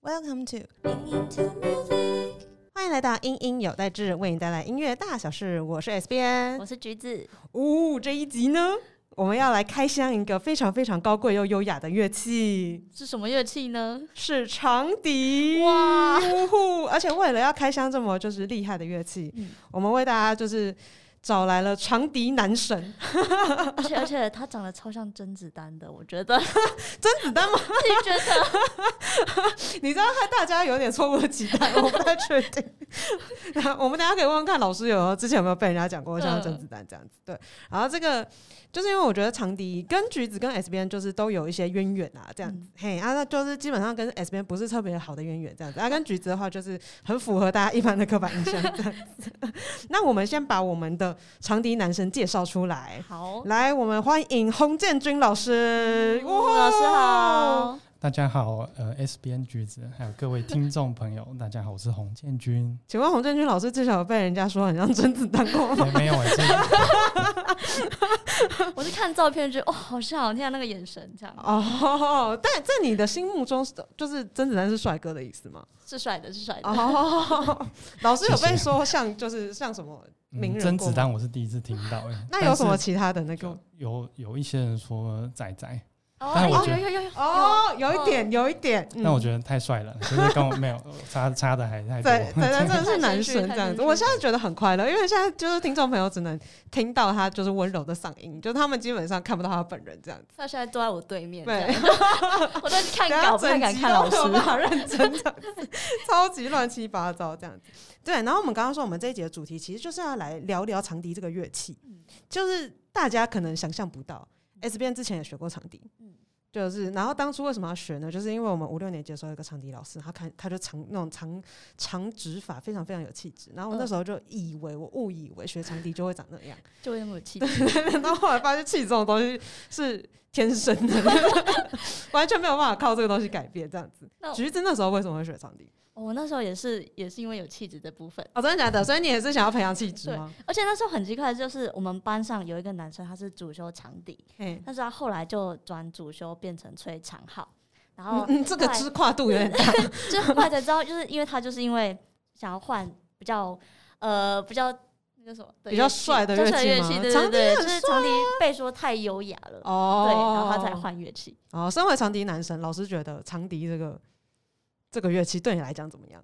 Welcome to 欢迎来到英英有代志，为你带来音乐大小事。我是 S 边我。是橘子，哦，这一集呢，我们要来开箱一个非常非常高贵又优雅的乐器，是什么乐器呢？是长笛。哇呜呼！而且为了要开箱这么就是厉害的乐器，嗯我们为大家就是找来了长笛男神而且而且它长得超像甄子丹的，我觉得自甄子丹吗？己觉得 你知道害大家有点错误的期 待，我不太确定。然后我们等一下可以问问看老师有没有之前有没有被人家讲过像甄子丹这样子。对，然后这个就是因为我觉得长笛跟橘子跟 S B N 就是都有一些渊源啊，这样子。嗯嘿，啊，那就是基本上跟 S B N 不是特别好的渊源这样子。啊，跟橘子的话就是很符合大家一般的刻板印象这样子。 那我们先把我们的长笛男神介绍出来。好，来，我们欢迎洪建军老师。哇嗯老师好，大家好，呃，SBN 橘子，还有各位听众朋友， 大家好，我是洪建军。 请问洪振军老师至少有被人家说很像甄子丹过吗？哎没有，我是我是看照片觉得哦，好像哦，你看那个眼神这样，哦，但在你的心目中，就是甄子丹是帅哥的意思吗？是帅的，是帅的。哦，老师有谢被谢说像就是像什么名嗯人甄过子吗？丹，我是第一次听到。哎 那有什么但是其他的那个？有有一些人说仔仔，哦但我有觉得有有有有，哦，有一点，有一点。嗯那我觉得太帅了， 就是跟我没有差差的还太对，多。对， 丹真的是男神这太谦虚样太谦子。虚我现在觉得很快乐，因为现在就是听众朋友只能听到他就是温柔的嗓音，就他们基本上看不到他本人这样子。他现在坐在我对面，对这样我在看等下稿，不太整敢集看都老没有办师。法认真这样子，超级乱七八糟这样子。对，然后我们刚刚说，我们这一节的主题其实就是要来聊聊长笛这个乐器，嗯就是大家可能想象不到，S B N 之前也学过长笛，嗯就是然后当初为什么要学呢？就是因为我们五六年级的时候有一个长笛老师，他看他就长那种长长指法非常非常有气质，然后我那嗯时候就以为我误以为学长笛就会长那样，就会那么有气质， 然后后来发现气质这种东西是天生的， 完全没有办法靠这个东西改变。这样子那，我橘子那时候为什么会学长笛？哦我那时候也是也是因为有气质的部分，哦，真的假的？所以你也是想要培养气质吗？而且那时候很奇怪，就是我们班上有一个男生，他是主修长笛，嘿，但是他后来就转主修变成吹长号，然嗯后嗯，这个后来知跨度有点 大。 就是后来才知道，就是因为他就是因为想要换比较呃比较那个什么对比较乐器帅的比较乐帅器乐吗器，对长笛对对，很就是帅啊长笛被说太优雅了，哦，对，然后他才。换乐器。哦，身为长笛男神，老师觉得长笛这个这个乐器对你来讲怎么样？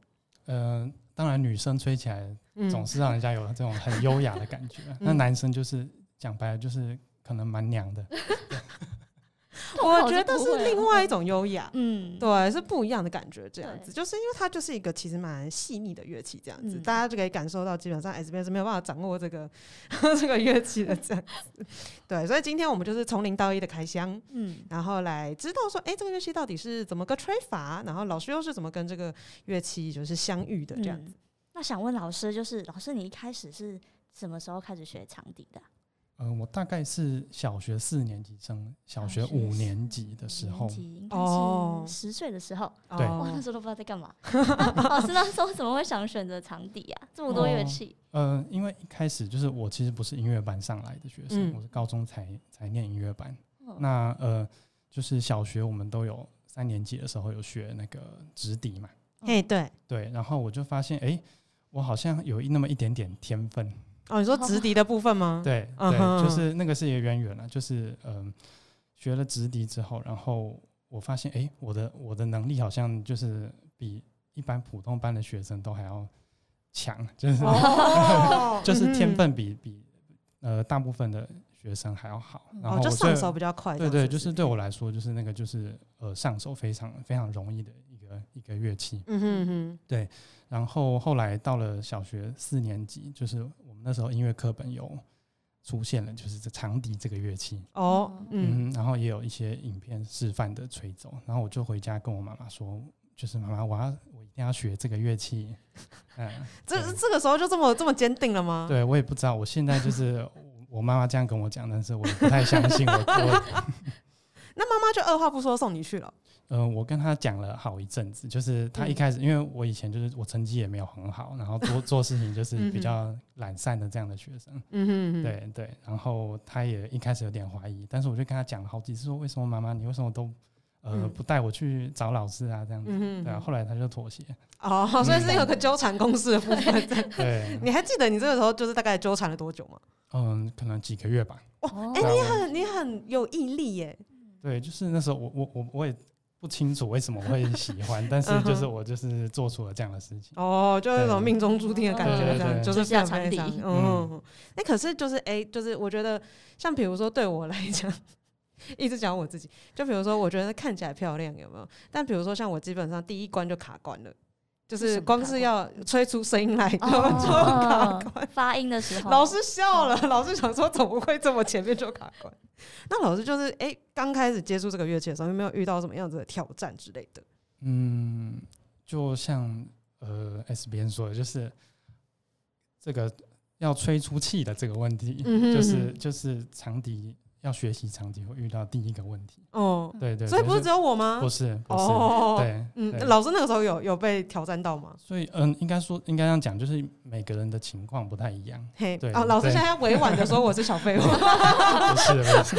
呃，当然女生吹起来嗯，总是让人家有这种很优雅的 感觉，那男生就是讲白了就是可能蛮娘的。我但我觉得是是不会啊另外一种优雅。嗯，对，是不一样的感觉，这样对子，就是因为它就是一个其实蛮细腻的乐器，这样子，嗯大家就可以感受到，基本上 S B 是没有办法掌握这个 这个乐器的这样子。对，所以今天我们就是从零到一的开箱，嗯，然后来知道说，哎、这个乐器到底是怎么个吹法，然后老师又是怎么跟这个乐器就是相遇的这样子。嗯那想问老师，就是老师你一开始是什么时候开始学长笛的啊？呃，我大概是小学四年级升小学小学五四年级的时候年，级应哦该是十岁的时候，对我那哦时候都不知道在 干嘛。那老师那时候怎么会想选择长笛啊？这么多乐哦器，呃，因为一开始就是我其实不是音乐班上来的学生，嗯哦我是高中才才念音乐班。嗯那呃，就是小学我们都有三年级的时候有学那个直笛嘛，嘿，对，对。然后我就发现，哎、我好像有一那么一点点天分，哦，你说直笛的部分吗？，对嗯对，哼就是那个是一个渊源了。就是嗯、呃学了直笛之后，然后我发现，哎、我的我的能力好像就是比一般普通班的学生都还要强，就是、哦 就是天分比比呃大部分的学生还要好，然哦，后就我上对手比较快这对样不。嗯对，就是对我来说，就是那个就是呃上手非常非常容易的一个一个乐器。嗯哼哼，然后后来到了小学四年级，就是我们那时候音乐课本有出现了，就是这长笛这个乐器。哦，嗯，嗯，然后也有一些影片示范的吹奏，然后我就回家跟我妈妈说，就是妈妈，我要我一定要学这个乐器。嗯，这对这个时候就这么这么坚定了吗？对，我也不知道，我现在就是 我我妈妈这样跟我讲，但是我也不太相信我。 我那妈妈就二话不说送你去了。呃，我跟她讲了好一阵子，就是她一嗯开始，因为我以前就是我成绩也没有很好，然 后做做事情就是比较懒散的这样的学生，嗯哼哼，对对。然后她也一开始有点怀疑，但是我就跟她讲了好几次，说为什么妈妈你为什么都。呃嗯不带我去找老师啊这样子。嗯对啊，哼，后来他就 妥协。哦，所以是有个纠缠公式的部分 在。对，你还记得你这个时候就是大概纠缠了多久吗？嗯，可能几个月吧。哦哎、对啊你我很你很有毅力耶，对，就是那时候我我我我也不清楚为什么会喜 欢，但是就是嗯我就是做出了这样的事情。哦，就是那种命中注定的感觉，对这样对就就是是非要常非长常笛嗯。那、可是就是哎、就是我觉得像比如说对我来讲。 一直讲我自己，就比如说，我觉得看起来漂亮有没有？但比如说，像我基本上第一关就卡关了，就为是什么光卡是关要吹出声音来，然后就 卡哦关。发音的时候，老师笑了，老师想说怎么会这么前面就卡关？哦 那老师就是哎，刚、开始接触这个乐器的时候，有没有遇到什么样子的挑战之类的？嗯，就像呃 S 边说的，就是这个要吹出气的这个问题，嗯哼就是嗯哼就是长笛要学习长笛会遇到第一个问题。哦，对对所以不是只有我吗不？是不是、哦，对，对嗯，老师那个时候有有被挑战到吗？。所以嗯，应该说应该这样讲，就是每个人的情况不太一样 嘿对，啊，老师对现在委婉的说我是小废物， 不是不是，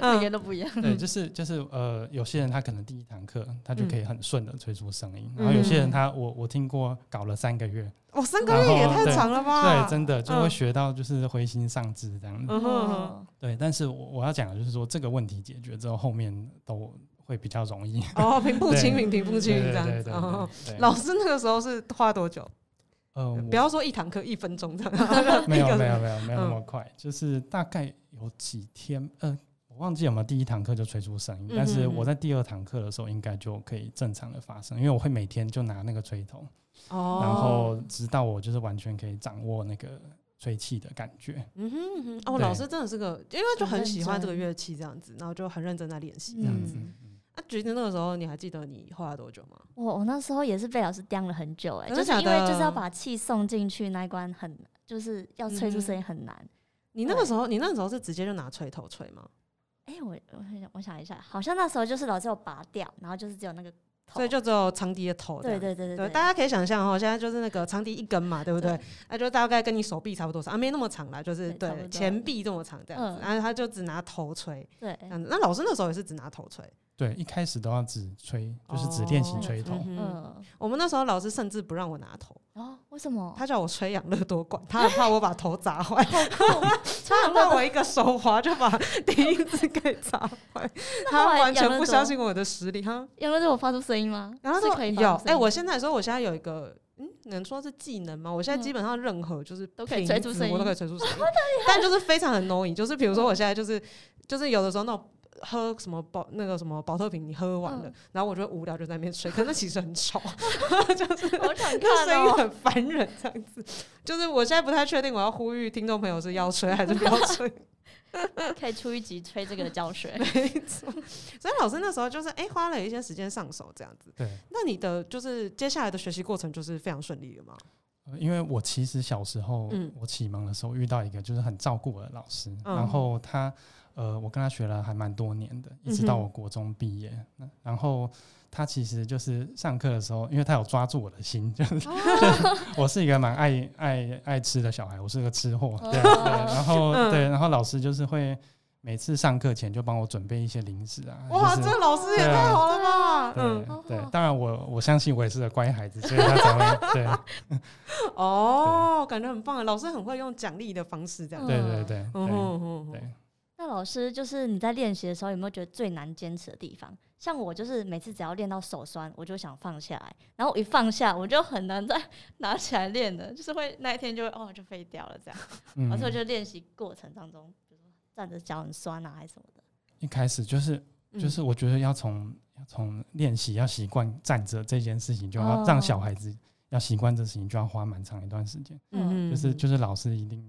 每个人都不一嗯样。对，就是就是呃，有些人他可能第一堂课他就可以很顺的吹出声音，嗯然后有些人他我我听过搞了三个月，哇，三个月也太长了吧？对，真的就会嗯学到就是灰心丧志这样子。嗯哼，哦对，但是我我要讲的就是说这个问题解决之后，后面都会比较容易。哦，平步青对云，平步青对云对这样对子。对哦，对，老师那个时候是花多久？呃，不我要说一堂课一分钟这样， 没有一个没有没有没有那嗯么快，就是大概有几天，呃，我忘记有没有第一堂课就吹出声音，但嗯是哼我在第二堂课的时候应该就可以正常的发声，因为我会每天就拿那个吹头，哦，然后直到我就是完全可以掌握那个吹气的感觉。嗯哼嗯哼，哦，对老师真的是个，因为就很喜欢很认真这个乐器这样子，然后就很认真在练习这样。样子嗯，那橘子那个时候，你还记得你花了多久吗？ 我我那时候也是被老师刁了很久，哎，真的就是因假为的就是要把气送进去那一关很，就是要吹出声音很难。你那个时候，你那个时候是直接就拿锤头锤吗？嗯哎、我我想我想一下，好像那时候就是老师有拔掉，然后就是只有那个头，所以就只有长笛的头这对样。对对对对，大家可以想象哦，现在就是那个长笛一根嘛，对不对？那就大概跟你手臂差不多长，啊，没那么长啦，就是对差不对多前臂这么长这样子。嗯然后他就只拿头锤对这样子。那老师那时候也是只拿头锤，对，一开始都要只吹，就是只练习哦吹头。嗯哼嗯，我们那时候老师甚至不让我拿头，哦，为什么？他叫我吹养乐多管， 他很怕我把头砸坏， 他很养乐怕多我一个手滑就把第一只给砸 坏，他后来完养全乐不多相信我的实力哈。有没有对我发出声音吗？然后是他可说以有，发出哎、声音我现在说我现在有一个。嗯，能说是技能吗？我现在嗯基本上任何就是都可以瓶吹出子声我都音可以吹出声 音，啊但就是非常很 annoying。就是比如说我现在就是就是有的时候那种喝什么保那个什么保特瓶，你喝完了，嗯然后我就会无聊就在那边吹，可是那其实很吵， 就是好想那看声音哦，很烦人，这样子。就是我现在不太确定，我要呼吁听众朋友是要吹还是不要吹。可以出一集吹这个的 教学。没错，所以老师那时候就是哎、诶花了一些时间上手这样子。对、那你的就是接下来的学习过程就是非常顺利了吗？呃因为我其实小时候、嗯我启蒙的时候遇到一个就是很照顾我的老师，嗯然后他呃，我跟他学了还蛮多年的，一直到嗯哼我国中毕业。嗯那然后他其实就是上课的时候，因为他有抓住我的心，就是哦 我是一个蛮爱爱爱吃的小孩，我是个吃货，对、哦 对。然后、嗯对，然后老师就是会每次上课前就帮我准备一些零食啊。哇，就这是老师也太好了吧！对、啊嗯，好对好，当然我我相信我也是个乖孩子，所以他才会对哦，感觉很棒啊，老师很会用奖励的方式这样子。对对对对 嗯哼哼对哼，那老师就是你在练习的时候，有没有觉得最难坚持的地方？像我就是每次只要练到手酸，我就想放下来，然后我一放下，我就很难再 拿起来练了，就是会那一天就会哦就废掉了这样。嗯哦而且我觉得练习过程当中，比如说站着脚很酸啊，还是什么的。一开始就是嗯就是我觉得要从要从练习要习惯站着这件事情，就要哦让小孩子要习惯这事情，就要花蛮长一段时间。嗯就是就是老师一定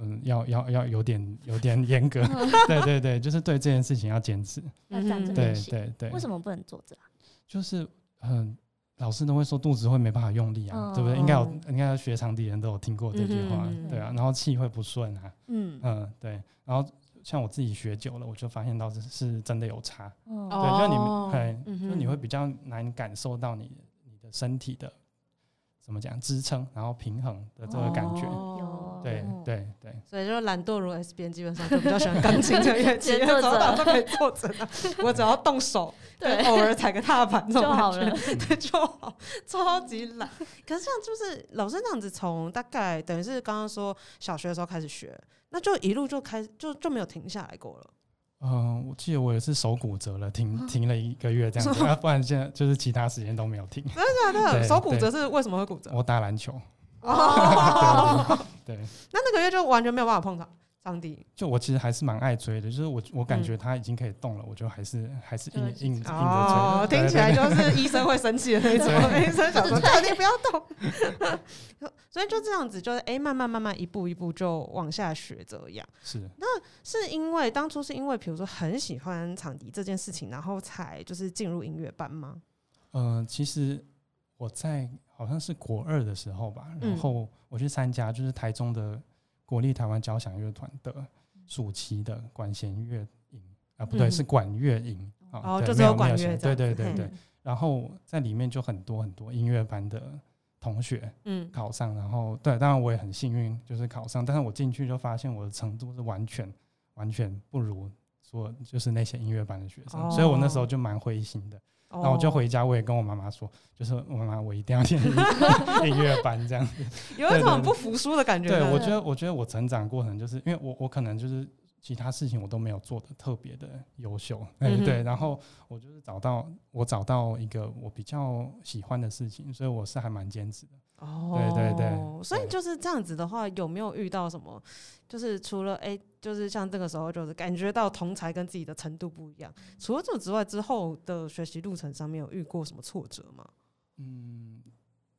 嗯要要要有点有点严格， 对对对，就是对这件事情要坚持，要站着嗯对练习对对为，什么不能坐着啊？就是嗯。老师都会说肚子会没办法用力啊，哦对不对？应该有嗯，应该学长笛人都有听过这句话，嗯对啊。然后气会不顺啊，嗯，嗯，对。然后像我自己学久了，我就发现到是是真的有差，哦，哦对，就你，哎、嗯哼就你会比较难感受到你你的身体的怎么讲支撑，然后平衡的这个感觉，哦哦对哦对对，所以就懒惰如 S 边基本上就比较喜欢钢琴这个乐器， 因协为作走者到哪都可以坐着的，我只要动手，对对，偶尔踩个踏板这 就种感好觉了，对就好，超级懒。可是像就是老师那样子，从大概等于是刚刚说小学的时候开始学，那就一路就开就就没有停下来过了。嗯、我记得我有一次手骨折了，停停了一个月这 样子，啊、不然现在就是其他时间都没有停。真的，对手骨折是为什么会骨折？我打 篮球， 哦，对，那那个月就完全没有办法碰到上帝。就我其实还是蛮爱追的，就是我我感嗯觉他已经可以动了，我就还是还是就硬会去硬硬着追。哦，对听起来就是医生会生气的那种。 医生想说：“叫你不要动。” 所以就这样子，就是哎、慢慢慢慢，一步一步就往下学这样。是是因为当初是因为比如说很喜欢长笛这件事情，然后才就是进入音乐班吗？嗯，其实我在好像是国二的时候吧，然嗯后我去参加就是台中的国立台湾交响乐团嗯的暑期的管弦乐营啊，不对，嗯是管乐营啊，哦对就只没有有没管有乐弦这对样子对对嘿对。然后在里面就很多很多音乐班的同学嗯，考上，然后对，当然我也很幸运，就是考上，但是我进去就发现我的程度是完全完全不如所就是那些音乐班的学生，所以我那时候哦就蛮灰心的。然然后我就回家，我也跟我妈妈说，就是我妈妈，我一定要念 音乐班这样子。有一种不服输的感觉。对，我觉对得，我觉得我成长过程就是因为我我可能就是其他事情我都没有做的特别的优秀，哎、嗯哼对。然后我就是找到我找到一个我比较喜欢的事情，所以我是还蛮坚持的。哦，对对对所以就是这样子的话，有没有遇到什么？就是除了哎、就是像这个时候，就是感觉到同才跟自己的程度不一样。除了这种之外，之后的学习路程上面有遇过什么挫折吗？嗯，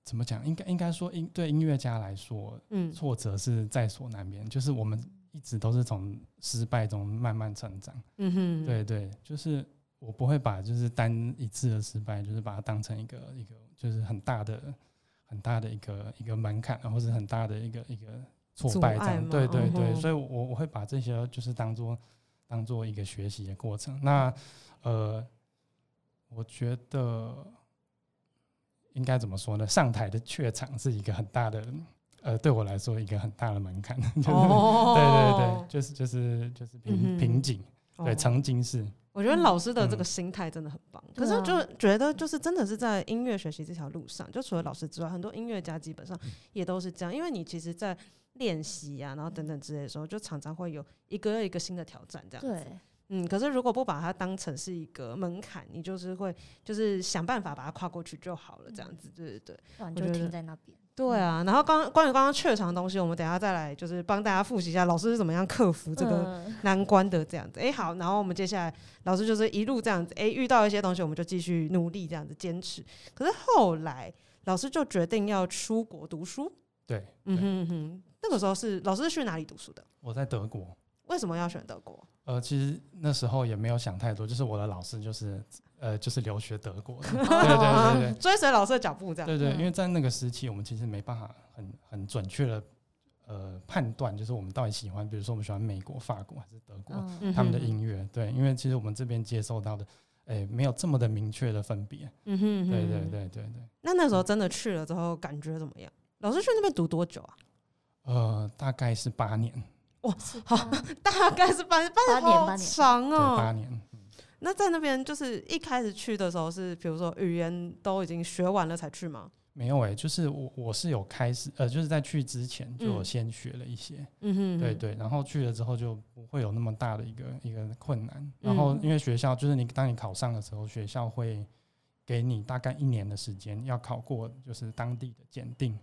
怎么讲？应该应该说音对音乐家来说，嗯，挫折是在所难免，就是我们一直都是从失败中慢慢成长。嗯哼，对对，就是我不会把就是单一次的失败，就是把它当成一个一个就是很大的很大的一个一个门槛，然后是很大的一个一个挫阻败这碍样。嘛对对对，嗯哼所以我我会把这些就是当做当做一个学习的过程。那呃，我觉得应该怎么说呢？上台的怯场是一个很大的。呃，对我来说一个很大的门槛， 就是、对对对，哦，就是就是就是嗯瓶哼瓶颈，对对，曾经是，哦我觉得老师的这个嗯心态真的很棒，可对是啊就觉得就是真的是在音乐学习这条路上，就除了老师之外，很多音乐家基本上也都是这样，因为你其实，在练习啊，然后等等之类的时候，就常常会有一个又一个新的挑战这样子。对，嗯，可是如果不把它当成是一个门槛，你就是会就是想办法把它跨过去就好了，这样子，对对对。不然我就觉停得在那边。对啊，然后刚关于刚刚怯场的东西，我们等一下再来就是帮大家复习一下老师是怎么样克服这个嗯难关的这样子。哎、好，然后我们接下来老师就是一路这样子，哎、遇到一些东西我们就继续努力这样子坚持。可是后来老师就决定要出国读书，对，嗯对哼嗯哼，那个时候是老师是去哪里读书的？我在德国，为什么要选德国？呃，其实那时候也没有想太多，就是我的老师就是呃，就是留学德国的，对 对对追随老师的脚步这对样。对对，因为在那个时期，我们其实没办法很很准确的呃判断，就是我们到底喜欢，比如说我们喜欢美国、法国还是德国、嗯嗯他们的哼音乐，对，因为其实我们这边接受到的，哎，没有这么的明确的分别，嗯哼嗯哼对对。对对对，那那时候真的去了之后，感觉怎么样？老师去那边读多久啊？ 呃，大概是八年，是好吧大概是半八半年八好年长对，八哦。年，那在那边就是一开始去的时候是，比如说语言都已经学完了才去吗？没有哎、就是我我是有开始，呃，就是在去之前就有嗯先学了一些，嗯哼嗯哼对对，然后去了之后就不会有那么大的一个一个困难。然后嗯因为学校就是你当你考上的时候，学校会给你大概一年的时间要考过，就是当地的检定。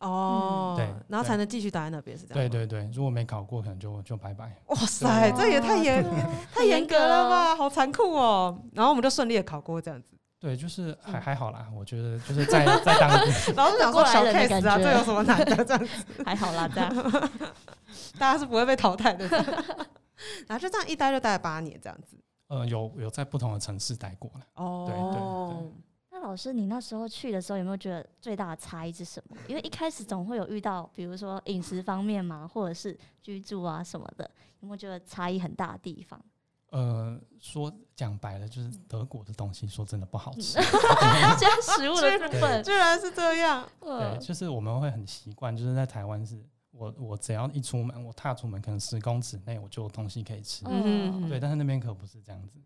哦，对然后才对能继续待在那边，是这对样。，对对，如果没考过，可能就就拜拜。哇塞，哎这也太严哇太严格了？吧，好残酷哦。然后我们就顺利的考过这样 子，对，就是还嗯还好啦，我觉得就是在在当地，然后就想说过来小人的 case 啊，感觉这有什么难的？这样 子严格还好啦，这样大家是不会被淘汰 的。这样然后就这样一待就待了八年这样子。呃，有有在不同的城市待过了。哦，那老师，你那时候去的时候有没有觉得最大的差异是什么？因为一开始总会有遇到，比如说饮食方面嘛，或者是居住啊什么的，有没有觉得差异很大的地方？ 呃，说讲白了，就是德国的东西说真的不好吃。嗯像食物的部 分，居然是这样。对，嗯就是我们会很习惯，就是在台湾是我我只要一出门，我踏出门可能十公尺内我就有东西可以吃，嗯对，但是那边可不是这样子，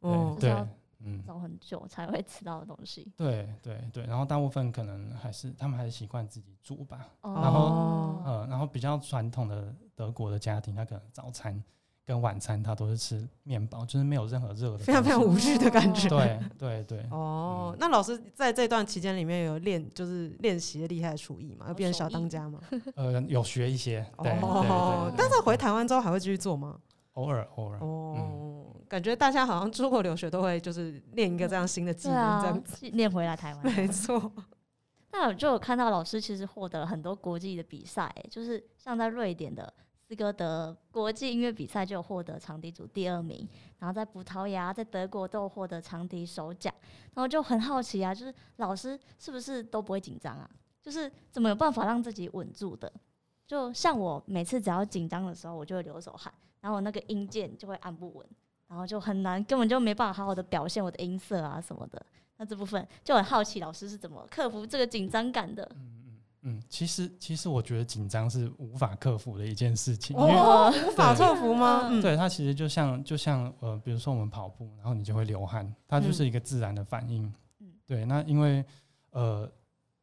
哦就对是要对，嗯，找很久才会吃到的东西。对对对，然后大部分可能还是他们还是习惯自己煮吧，然后哦嗯呃，然后比较传统的德国的家庭，他可能早餐跟晚餐他都是吃面包，就是没有任何热的东西，非常非常无趣的感觉。对嗯对对，哦，那老师在这段期间里面有练，就是练习厉害的厨艺嘛，有变成小当家嘛？呃，有学一些，对对哦对，，但是对回台湾之后还会继续做吗？偶尔偶尔，哦，感觉大家好像出国留学都会就是练一个这样新的技能，对这啊样，练回来台湾。没错。那我就有看到老师其实获得了很多国际的比赛，就是像在瑞典的斯科德国际音乐比赛就有获得长笛组第二名，然后在葡萄牙、在德国都有获得长笛首奖。然后就很好奇啊，就是老师是不是都不会紧张啊？就是怎么有办法让自己稳住的？就像我每次只要紧张的时候，我就会流手汗，然后我那个音键就会按不稳，然后就很难，根本就没办法好好的表现我的音色啊什么的。那这部分就很好奇，老师是怎么克服这个紧张感的？嗯，其实其实我觉得紧张是无法克服的一件事情，因为哦，无法克服吗？对嗯，对它其实就像就像呃，比如说我们跑步，然后你就会流汗，它就嗯是一个自然的反应。嗯对，那因为呃，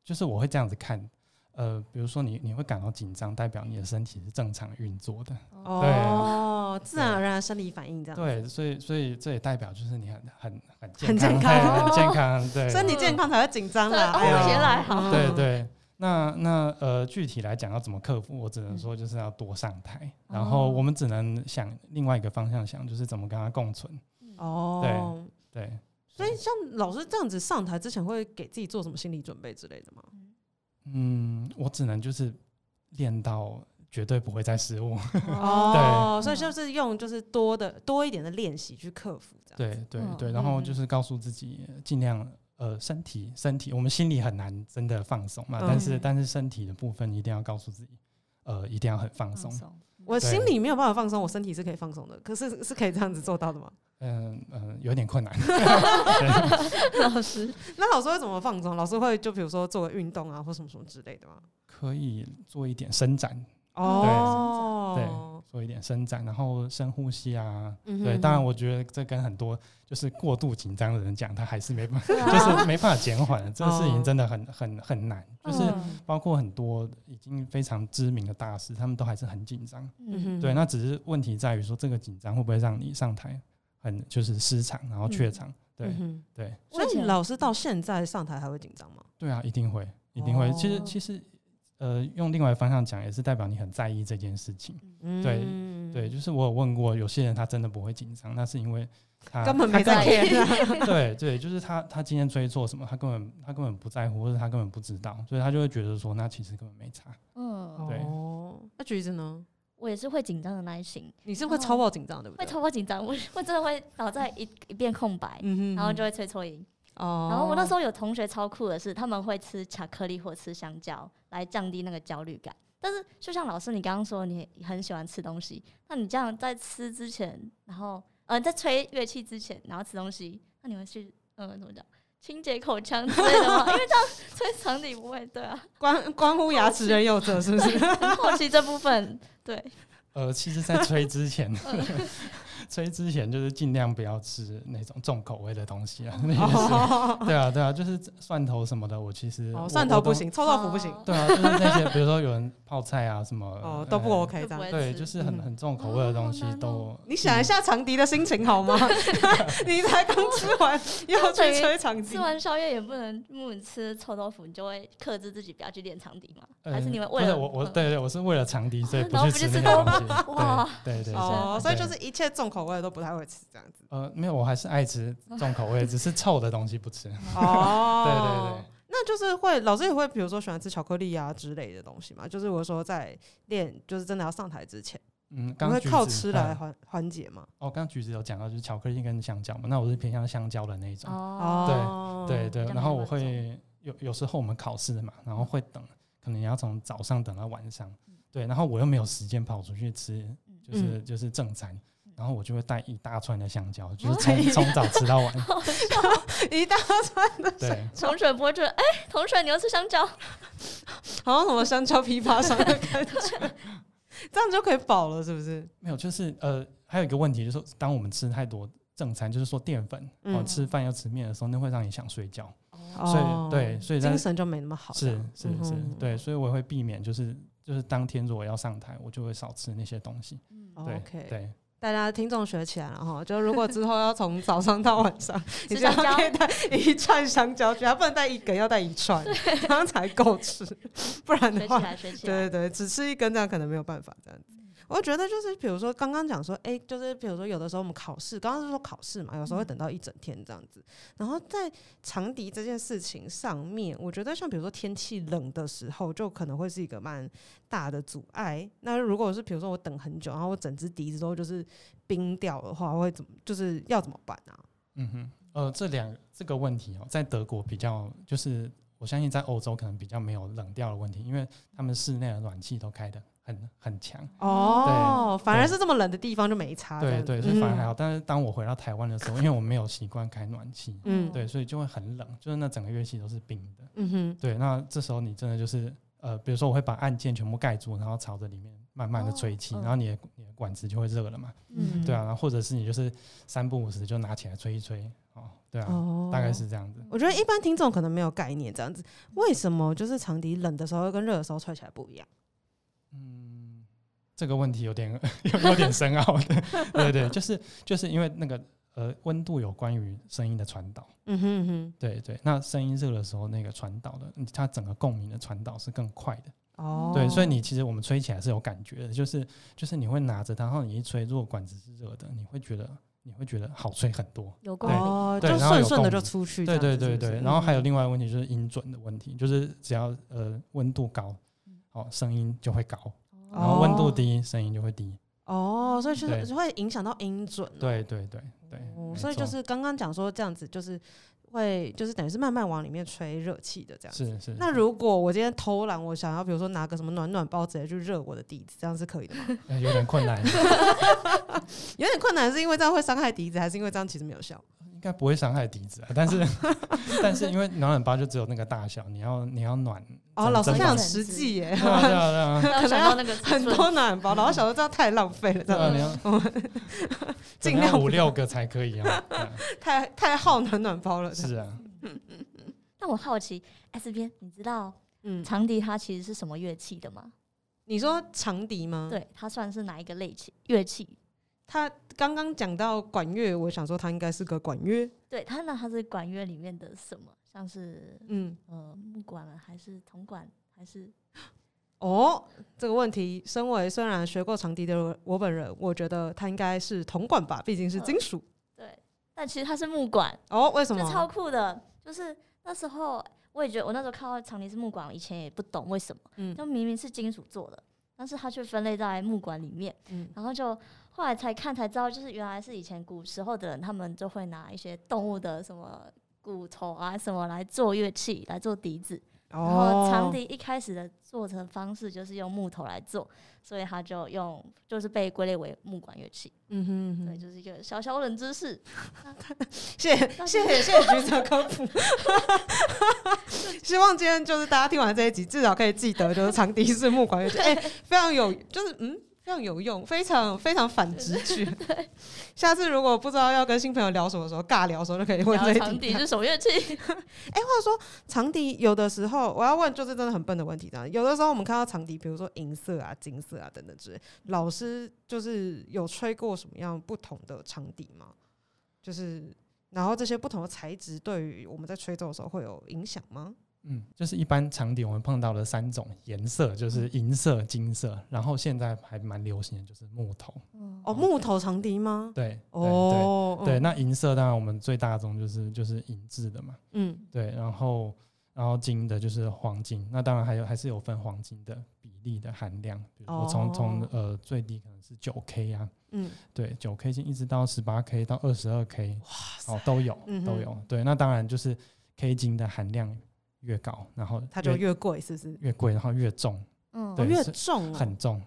就是我会这样子看，呃，比如说你你会感到紧张，代表你的身体是正常运作的。哦，嗯自然而然的生理反应这样。对，所以所以这也代表就是你很很很很健健康，康对很健康， 对，身体健康才会紧张啦。对哎呦哦学来好对对，那那呃，具体来讲要怎么克服，我只能嗯说就是要多上台，哦然后我们只能想另外一个方向想，就是怎么跟他共存。哦，对，所以像老师这样子上台之前，会给自己做什么心理准备之类的吗？嗯，我只能就是练到绝对不会再失误。 嗯哦，所以就是用就是多的多一点的练习去克服这样。对对嗯对，然后嗯就嗯是告诉自己呃尽量呃身体身体，我们心里很难真的放松嘛，但是嗯但是身体的部分一定要告诉自己，呃，一定要很放松。松，我心里没有办法放松，我身体是可以放松的，可是 是可以这样子做到的吗？嗯嗯，有点困难。 老师 那老师会怎么放松？老师会就比如说做个运动啊，或什么什么之类的吗？可以做一点伸展，哦，做一点伸展，然后深呼吸啊。对对，当然我觉得这跟很多就是过度紧张的人讲，他还是没 办法，对啊就是没办法减缓的。这个事哦情真的很很很难，就是嗯包括很多已经非常知名的大师，他们都还是很紧张。嗯对，那只是问题在于说，这个紧张会不会让你上台很就是失常，然后怯场？对对对嗯所以老师到现在上台还会紧张吗？对啊，一定会，一定会。其实哦其实呃，用另外方向讲，也是代表你很在意这件事情。嗯对，就是我有问过有些人，他真的不会紧张，那是因为他根本没在他 根 care 本 对对，就是他他今天追错什么，他根本他根本不在乎，或者他根本不知道，所以他就会觉得说，那其实根本没差。嗯，对哦，那橘子呢？我也是会紧张的那一型，你是会超爆紧张对不哦会对？超过紧张，我我真的会脑袋一一片空白，嗯哼然后就会吹错音。哦，然后我那时候候有同学超酷的是，他们会吃巧克力或吃香蕉来降低那个焦虑感。但是就像老师你刚刚说，你很喜欢吃东西，那你这样在吃之前，然后呃在吹乐器之前，然后吃东西，那你会去嗯、呃、怎么讲清洁口腔之类的吗？因为这样吹长笛不会，对啊，关关乎牙齿人有责是不 是？很好奇这部分，对，呃，其实，在吹 之前，嗯 吹之前就是尽量不要吃那种重口味的东西 啊。那也是哦，对啊，对啊，就是蒜头什么的，我其实我蒜头不。我行，臭豆腐不行哦，都对啊，就是那些，比如说有人泡菜啊什么，哦呃，都不 OK 就这不样会。对，吃就是很嗯很重口味的东西哦好难都哦。你想一嗯，下长笛的心情好 吗？你才刚吃完，又去吹长笛 吃，完宵夜也不能，不能吃臭豆腐，你就会克制自己不要去练长笛嘛？呃还是你们不为了我我嗯哦对对，我是为了长笛，所以然后去不去吃吃那个豆东 西。哇对对对啊对，哦，所以就对是一切重口味的都不太会吃这样子。呃，没有，我还是爱吃重口 味，只是臭的东西不吃。哦对 对哦对，。那就是会老师也会，比如说喜欢吃巧克力啊之类的东西嘛。就是我说在练，就是真的要上台之前，嗯，你刚会橘靠子吃嗯来缓缓解嘛。哦，刚刚橘子有讲到就是巧克力跟香蕉嘛，那我是偏向香蕉的那一种。哦，哦，对对，比较然后没我有那会有有时候我们考试嘛，然嗯后会等，可能你要从早上等到晚上，对，然后我又没有时间跑出去吃，嗯就是、就是正餐。然后我就会带一大串的香蕉，哦就是从从早吃到晚。 一大串的对，同学不会觉得，哎、同学你又吃香蕉，好像什么香蕉批发商的感觉，这样就可以饱了，是不是？没有，就是呃，还有一个问题就是说，当我们吃太多正餐，就是说淀粉，哦、嗯吃饭要吃面的时候，那会让你想睡觉，哦，所哦以对，所以在精神就没那么好。是是嗯是，哼对，所以我也会避免，就是就是当天如果要上台，我就会少吃那些东西。嗯哦对 OK 对，大家听众学起来了哈，就如果之后要从早上到晚 上，你就要香蕉可以带一串香蕉去，还不能带一根，要带一 串，这样才够吃，不然的学话起，来，学起来， 对对对，只吃一根这样可能没有办法这样子。我觉得就是，比如说刚刚讲说，哎、就是比如说有的时候我们考试，刚刚是说考试嘛，有时候会等到一整天这样子。然后在长笛这件事情上面，我觉得像比如说天气冷的时候，就可能会是一个蛮大的阻碍。那如果是比如说我等很久，然后我整只笛子都就是冰掉的话，会怎么就是要怎么办啊？嗯哼，呃，这两这个问题哦，在德国比较就是。我相信在欧洲可能比较没有冷掉的问题，因为他们室内的暖气都开的很很强，哦，反而对是这么冷的地方就没差这对样子。对，所以反而还嗯好。但是当我回到台湾的时候，因为我没有习惯开暖气，嗯对，所以就会很冷，就是那整个乐器都是冰的。嗯哼，对，那这时候你真的就是呃，比如说我会把按键全部盖住，然后朝着里面慢慢的吹气，哦嗯然后你的你的管子就会热了嘛。嗯，对啊，然后或者是你就是三不五时就拿起来吹一吹，哦，对啊，哦，大概是这样子。我觉得一般听众可能没有概念，这样子，为什么就是长笛冷的时候跟热的时候吹起来不一样？嗯，这个问题有点 有有点深奥的，对对对，就是就是因为那个呃温度有关于声音的传导，嗯哼嗯对对，那声音热的时候那个传导的，嗯它整个共鸣的传导是更快的。哼，哦，对，所以你其实我们吹起来是有感觉的，就是就是你会拿着它，然后你一吹，如果管子是热的，你会觉得你会觉得好吹很多。有共鸣，哦，对就然后有顺顺的共就鸣出去这对样子，对是对不是对，然后还有嗯另外一个问题就是音准的问题，就是只要呃温度高，哦声音就会高，然后温度嗯哦低声音就会低。哦，所以就对是会影响到音准哦，对对对对哦，没所以就错是刚刚讲说这样子，就是会就是等于是慢慢往里面吹热气的这样子。是是。那如果我今天偷懒，我想要比如说拿个什么暖暖包直接去热我的笛子，这样是可以的吗？呃有点困难，有点困难，是因为这样会伤害笛子，还是因为这样其实没有效？应该不会伤害笛子啊， 但是但是因为暖暖包就只有那个大小，你要你 要暖。哦，整老师整非包常整实只际耶，对啊对啊要对啊可能想要到那个尺很寸多暖包，然后想说这样太浪费 了，这对啊，样你要可尽能要量五不六个才可以啊。 对啊太太耗暖暖包了。这样是啊，那我好奇，S 边，你知道嗯，长笛它其实是什么乐器的吗？你说长笛吗？，对，它算是哪一个类器乐器？他刚刚讲到管乐，我想说他应该是个管乐，对，它那它是管乐里面的什么？像是嗯，呃木管啊，还是铜管，还是哦，这个问题，身为虽然学过长笛的我本人，我觉得他应该是铜管吧，毕竟嗯是金属。对？但其实它是木管，哦，为什就超么？酷的。就是那时候我也觉得，我那时候看到长笛是木管，我以前也不懂为什么，嗯就明明是金属做的，但是它却分类在木管里面。嗯然后就后来才看才知道，就是原来是以前古时候的人，他们就会拿一些动物的什么骨头啊什么来做乐器，来做笛子。然后长哦，笛一开始的做成方式就是用木头来做，所以它就用就是被归类为木管乐器。嗯哼嗯对，哼，就是一个小小冷知识，谢谢谢谢谢谢局长科普。希望今天就是大家听完这一集，至少可以记得，就是长笛是木管乐器，哎、非常有，就是嗯，非常有用，非常非常反直觉。下次如果不知道要跟新朋友聊什么时候尬聊的时候，就可以问然这后一长笛题。是什么 乐器？哎、话说长笛有的时候我要问，就是真的很笨的问题，这样有的时候我们看到长笛，比如说银色啊、金色啊等等之类，老师就是有吹过什么样不同的长笛吗？就是。然后这些不同的材质对于我们在吹奏的时候会有影响吗？嗯，就是一般长笛我们碰到的三种颜色，嗯就是银色、金色，然后现在还蛮流行的就是木头。嗯，哦，木头长笛吗？对，对哦，对对，那银色当然我们最大宗就是就是银质的嘛，嗯，对，然后然后金的就是黄金，那当然还有还是有分黄金的比例的含量，比如说从、从哦呃最低可能是九 K 啊，嗯对，九 K 金一直到十八 K 到二十二 K，哦都有嗯哼都有、对，那当然就是 K 金的含量越高，然后它就越越贵，是不是？越贵，然后越重，嗯，哦对越是重哦很重，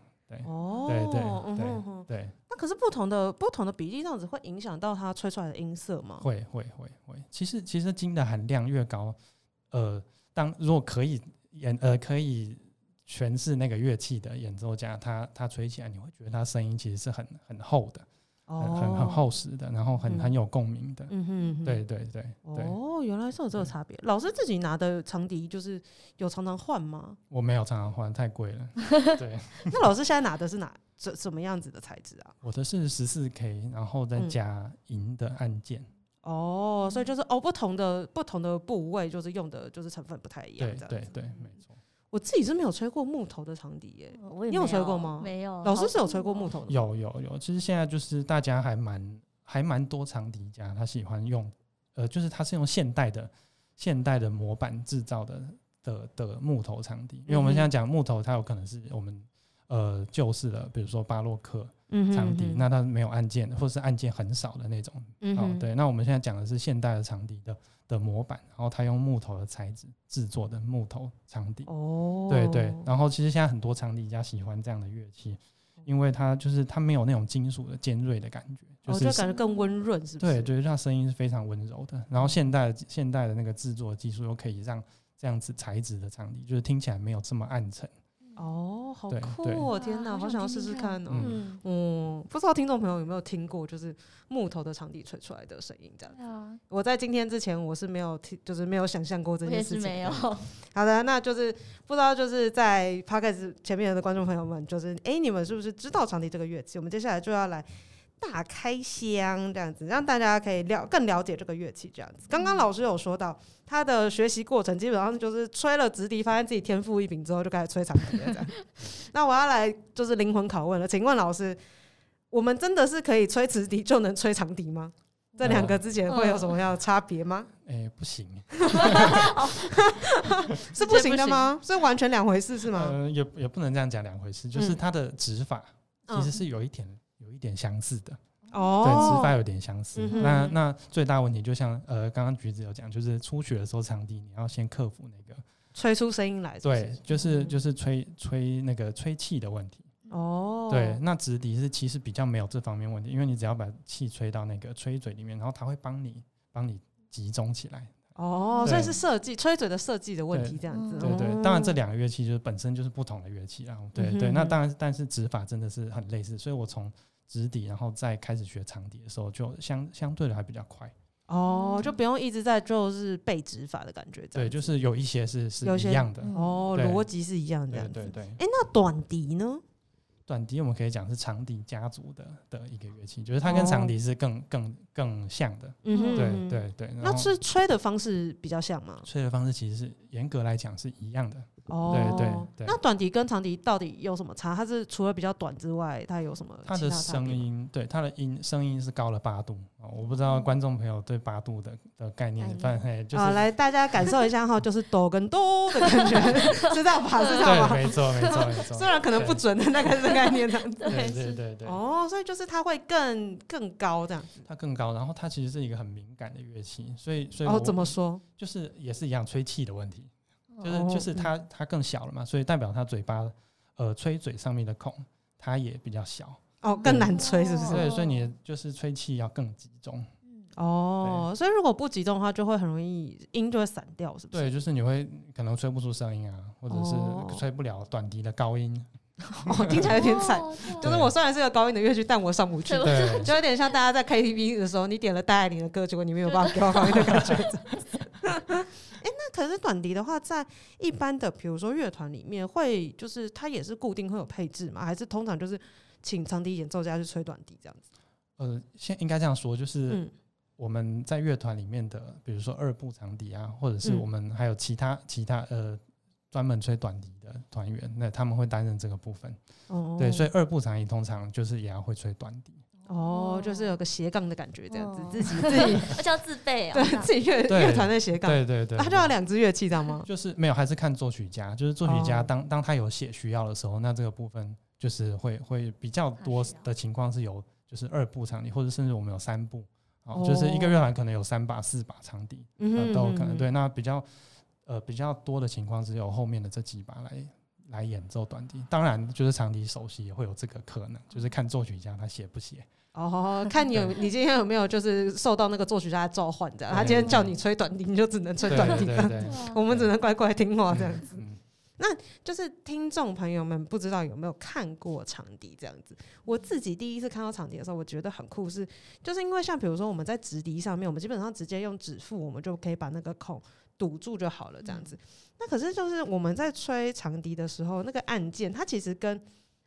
哦，对对嗯对哼哼对，那可是不同的不同的比例，这样子会影响到它吹出来的音色吗？会会会会。其实其实金的含量越高，呃，当如果可以研呃可以诠释那个乐器的演奏家，他他吹起来，你会觉得他声音其实是很很厚的，很哦很很厚实的，然后很嗯很有共鸣的。嗯哼，嗯哼对对对对，嗯哦，原来是有这个对差别。老师自己拿的长笛就是有常常换 吗？我没有常常换，太贵了。对，那老师现在拿的是哪什什么样子的材质啊？我的是十四 K，然后再嗯加银的按键。哦，所以就是哦，不同的不同的部位就是用的就是成分不太一样对。这样对子对，没错。我自己是没有吹过木头的长笛耶、我也你有没吹过吗没有，老好师是有吹过酷哦木头的吗，有有有，其实现在就是大家还蛮还蛮多长笛家，他喜欢用，呃，就是他是用现代的现代的模板制造的的的木头长笛，因为我嗯们哼现在讲木头，它有可能是我们呃旧式的，比如说巴洛克嗯哼长笛，嗯哼那它没有按键，或是按键很少的那种。嗯哦哼，，对，那我们现在讲的是现代的长笛的的模板，然后它用木头的材质制作的木头长笛。哦，哦对对，然后其实现在很多长笛家喜欢这样的乐器，因为它就是它没有那种金属的尖锐的感觉，我就是、就哦感觉更温润，是不是？对，就是它声音是非常温柔的。然后现代的现代的那个制作技术又可以让这样子材质的长笛，就是听起来没有这么暗沉。哦，好对酷对哦！天哪，哇好好想想要听试试听看看哦。嗯嗯，不知道听众朋友有没有听过，就是木头的长笛吹出来的声音这样对啊，我在今天之前，我是没有听，就是没有想象过这嗯我件也事是情。没 有。 好的，那就是不知道就是在 p o d c a s t 前面的观众朋友们，就是哎、诶你们是不是知道长笛这个乐器？我们接下来就要来大开箱，这样子让大家可以了更了解这个乐器。这样子，刚刚老师有说到他的学习过程，基本上就是吹了直笛，发现自己天赋异禀之后，就开始吹长笛了。这样，那我要来就是灵魂拷问了，请问老师，我们真的是可以吹直笛就能吹长笛吗？这两个之间会有什么样的差别吗？哎，不行，是不行的吗？是完全两回事是吗？呃，也也不能这样讲两回事，就是嗯它的指法嗯其实是有一点、有一点相似的。哦，对，指法有点相似。嗯哼那嗯那最大问题就像呃，刚刚橘子有讲，就是初学的时候，场地你要先克服那个，吹出声音来是不是，对，就是嗯就是吹吹那个吹气的问题。哦，对，，那直笛是其实比较没有这方面问题，因为你只要把气吹到那个吹嘴里面，然后它会帮你帮你集中起来。哦，对所以是设计吹嘴的设计的问题，对这样子，对对，哦当然这两个乐器就是本身就是不同的乐器啊。对对，嗯哼那嗯当然，但是指法真的是很类似，所以我从直笛，然后再开始学长笛的时候，就相相对的还比较快。哦，就不用一直在就是背指法的感觉，这对，样子，就是有一些是是有些一样的。哦，对逻辑是一样这样子。对对对，哎，那短笛呢？短笛我们可以讲是长笛家族的的一个乐器，就是它哦跟长笛是更、更更像的。嗯哼，对。对对，然那后吹吹的方式比较像吗？吹的方式其实是严格来讲是一样的。哦，对对那短笛跟长笛到底有什么差？它是除了比较短之外，它有什么它其的他差别声吗？音，对它的音声音是高了八度啊、我不嗯知道观众朋友对八度的的概念概，念反正就是、啊，来大家感受一下哈，就是哆跟哆的感觉，知道吧？知道对，吧？没错没错没 错虽，然可能不准的那个是概念这样子。对对是对嗯对，哦，所以就是它会更更高这样。它更高，然后它其实是一个很敏感的乐器，所以所以哦，我怎么说？就是也是一样吹气的问题。就是哦就是嗯它它更小了嘛，所以代表它嘴巴呃吹嘴上面的孔它也比较小，哦，更难吹是不是？对，所以你就是吹气要更集中，哦，所以如果不集中的话，就会很容易音就会散掉，是不是？对，就是你会可能吹不出声音啊，或者哦是吹不了短笛的高音，哦，听起来有点惨。哦，对就是我虽然是个高音的乐曲，但我上不去对，对就有点像大家在 KTV 的时候，你点了戴爱玲的歌，结果你没有办法给 我高音的感觉。哎，那可是短笛的话，在一般的比如说乐团里面，会就是它也是固定会有配置吗？还是通常就是请长笛演奏家去吹短笛这样子？呃，现应该这样说，就是嗯，我们在乐团里面的，比如说二部长笛啊，或者是嗯我们还有其他其他呃专门吹短笛的团员，那他们会担任这个部分，哦对，所以二部长笛通常就是也要会吹短笛。哦，就是有个斜杠的感觉，这样子，哦自己自己而且要自备哦，这对样自己乐对乐团的斜杠，对对对，他就对要两支乐器，这样吗？就是没有，还是看作曲家。就是作曲哦家当、当他有写需要的时候，那这个部分就是会会比较多他需要的情况是有就是二部长笛，或者甚至我们有三部哦，哦就是一个乐团可能有三把、四把长笛，嗯呃、都有可能。嗯嗯对，那比较呃比较多的情况是由后面的这几把来来演奏短笛。当然，就是长笛首席也会有这个可能，就是看作曲家他写不写。哦，看你有你今天有没有就是受到那个作曲家的召唤，这样。对他今天叫你吹短笛，你就只能吹 对短笛对。对，对啊我们只能乖乖听话这样子。嗯，那就是听众朋友们不知道有没有看过长笛这样子？我自己第一次看到长笛的时候，我觉得很酷是，就是因为像比如说我们在直笛上面，我们基本上直接用指腹，我们就可以把那个孔堵住就好了这样子。那可是就是我们在吹长笛的时候，那个按键它其实跟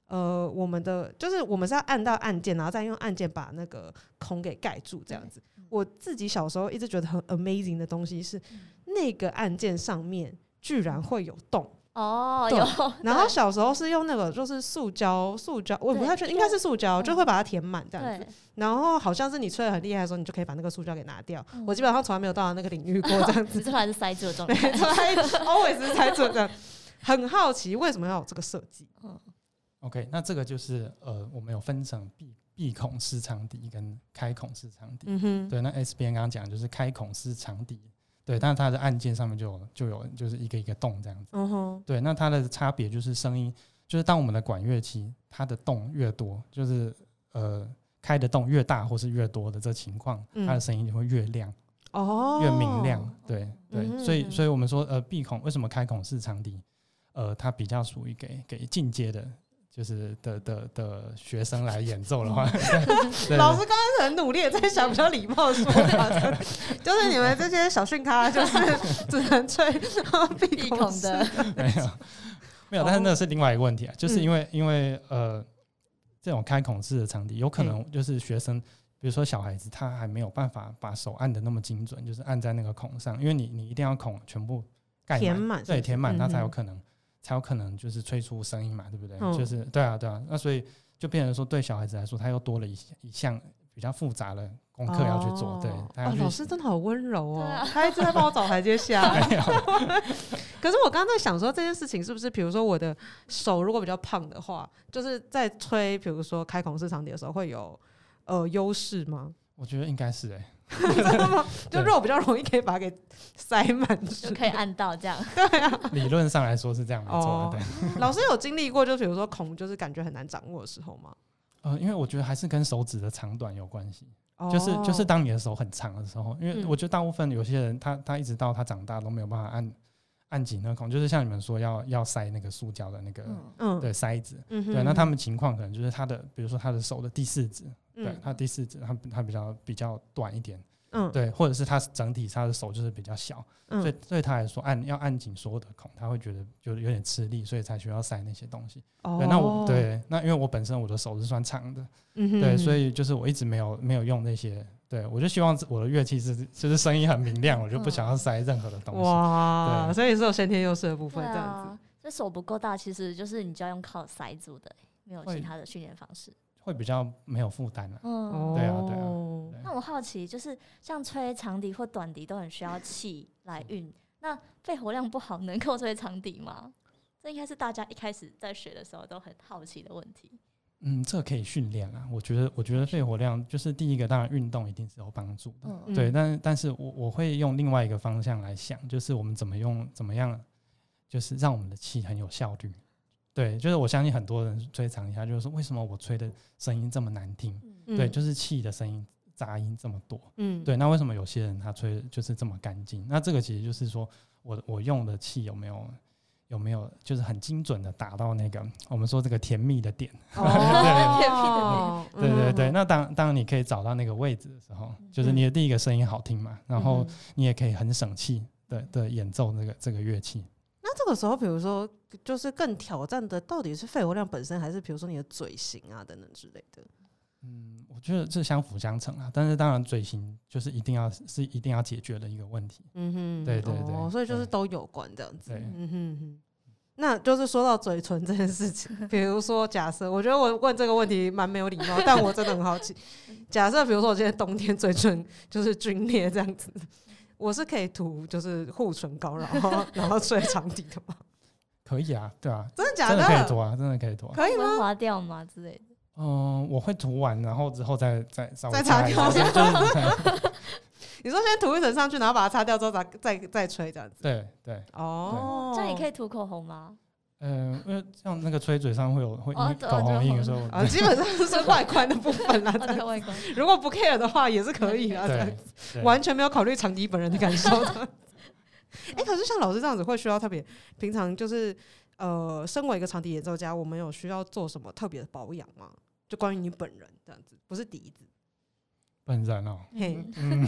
呃，我们的就是我们是要按到按键，然后再用按键把那个孔给盖住，这样子。我自己小时候一直觉得很 amazing 的东西是，那个按键上面居然会有洞。 哦，对有， 然后小时候是用那个就是塑胶，塑胶我也不太确定，应该是塑胶，嗯就会把它填满这样子。对，然后好像是你吹的很厉害的时候，你就可以把那个塑胶给拿掉。嗯我基本上从来没有到达那个领域过这样 只子是，还是塞住的状没 态。错，always 才做这样。很好奇为什么要有这个设计？嗯 OK，那这个就是呃，我们有分成闭闭孔式长笛跟开孔式长笛。嗯哼，对，那 S 边刚刚讲就是开孔式长笛，对，但是它的按键上面就有就有就是一个一个洞这样子。嗯哼，对，那它的差别就是声音，就是当我们的管乐器它的洞越多，就是呃开的洞越大或是越多的这情况，嗯它的声音就会越亮、哦，越明亮。对对，嗯所以嗯所以我们说呃闭孔为什么开孔式长笛，呃它比较属于给给进阶的。就是的的的学生来演奏的话， 嗯对老师刚刚是很努力地在想比较礼貌的说法， 就是你们这些小训咖，就是只能吹然后闭闭孔的式没有，没有，但是那是另外一个问题啊，嗯就是因为、因为呃，这种开孔式的场地，有可嗯能就是学生，比如说小孩子，他还没有办法把手按的那么精准，就是按在那个孔上，因为你你一定要孔全部盖填满是不对，是填满，嗯它才有哼可能、才有可能就是吹出声音嘛，对不对？嗯就是对啊，对啊，那所以就变成说，对小孩子来说，他又多了一一项比较复杂的功课要去做，对，他要哦，去、老师真的好温柔哦，对啊他一直在帮我找台阶下。没有 可是我刚刚在想说这件事情是不是，比如说我的手如果比较胖的话，就是在吹，比如说开孔式长笛的时候会有呃优势吗？我觉得应该是哎、真的吗？就对肉比较容易可以把它给塞满之类就的，可以按到这样，理论上来说是这样没错，哦对。老师有经历过，就比如说孔就是感觉很难掌握的时候吗？呃，因为我觉得还是跟手指的长短有关系，就是就是哦当你的手很长的时候，因为嗯我觉得大部分有些人他他一直到他长大都没有办法按按紧那个孔，就是像你们说要要塞那个塑胶的那个、嗯，嗯对塞子，嗯哼对，那他们情况可能就是他的，比如说他的手的第四指，对嗯，他第四指他他比较比较短一点，嗯对，或者是他整体他的手就是比较小，嗯所以对他来说按要按紧所有的孔，他会觉得就是有点吃力，所以才需要塞那些东西。哦对，那我对那因为我本身我的手是算长的。嗯哼对，所以就是我一直没有没有用那些，对我就希望我的乐器是就是声音很明亮，我就不想要塞任何的东西。哇，对所以是有先天优势的 部对分这样子。啊，这手不够大，其实就是你就要用靠塞住的，没有其他的训练方式。会比较没有负担啊。嗯，哦，对啊对啊对那我好奇，就是像吹长笛或短笛都很需要气来运，那肺活量不好能够吹长笛吗？这应该是大家一开始在学的时候都很好奇的问题。嗯，这可以训练啊。我觉得我觉得肺活量就是第一个，当然运动一定是有帮助的。嗯嗯对，但但是我我会用另外一个方向来想，就是我们怎么用怎么样，就是让我们的气很有效率。对，就是我相信很多人吹长笛，他就是说为什么我吹的声音这么难听？嗯嗯对，就是气的声音杂音这么多。嗯，对，那为什么有些人他吹就是这么干净？那这个其实就是说我我用的气有没有有没有就是很精准的打到那个我们说这个甜蜜的点？哦，对对对。嗯，那当当你可以找到那个位置的时候，就是你的第一个声音好听嘛，然后嗯你也可以很省气的的演奏这个这个乐器。那这个时候，比如说，就是更挑战的，到底是肺活量本身，还是比如说你的嘴型啊等等之类的？嗯，我觉得这相辅相成啊，但是当然嘴型就是一定要是一定要解决的一个问题。嗯哼，对对对哦所以就是对都有关这样子。对，嗯哼哼。那就是说到嘴唇这件事情，比如说假设，我觉得我问这个问题蛮没有礼貌， 但我真的很好奇。假设比如说我今天冬天嘴唇就是皲裂这样子，我是可以涂就是护唇膏，然后然后吹长笛的吗？ 可以啊，对啊，真的假真的？的可以涂啊，真的可以涂啊。可以会吗？划掉吗之类的？嗯，我会涂完，然后之后再再稍微再擦一掉下，就是。你说先涂一层上去，然后把它擦掉之后再再再吹这样子对对，哦，这样也可以。以涂口 红吗？嗯，因为像那个吹嘴上会有会哦印对口就红印，红所以我啊，基本上是外观的部分啦。哦，对，外观。如果哦不 care 的话，也是可以啊。这样对对 完全没有考虑长笛本人的感受的。哎、可是像老师这样子，会需要特别平常就是呃，身为一个长笛演奏家，我们有需要做什么特别的保养吗？就关于你本人这样子，不是笛子，本人哦，嘿嗯嗯，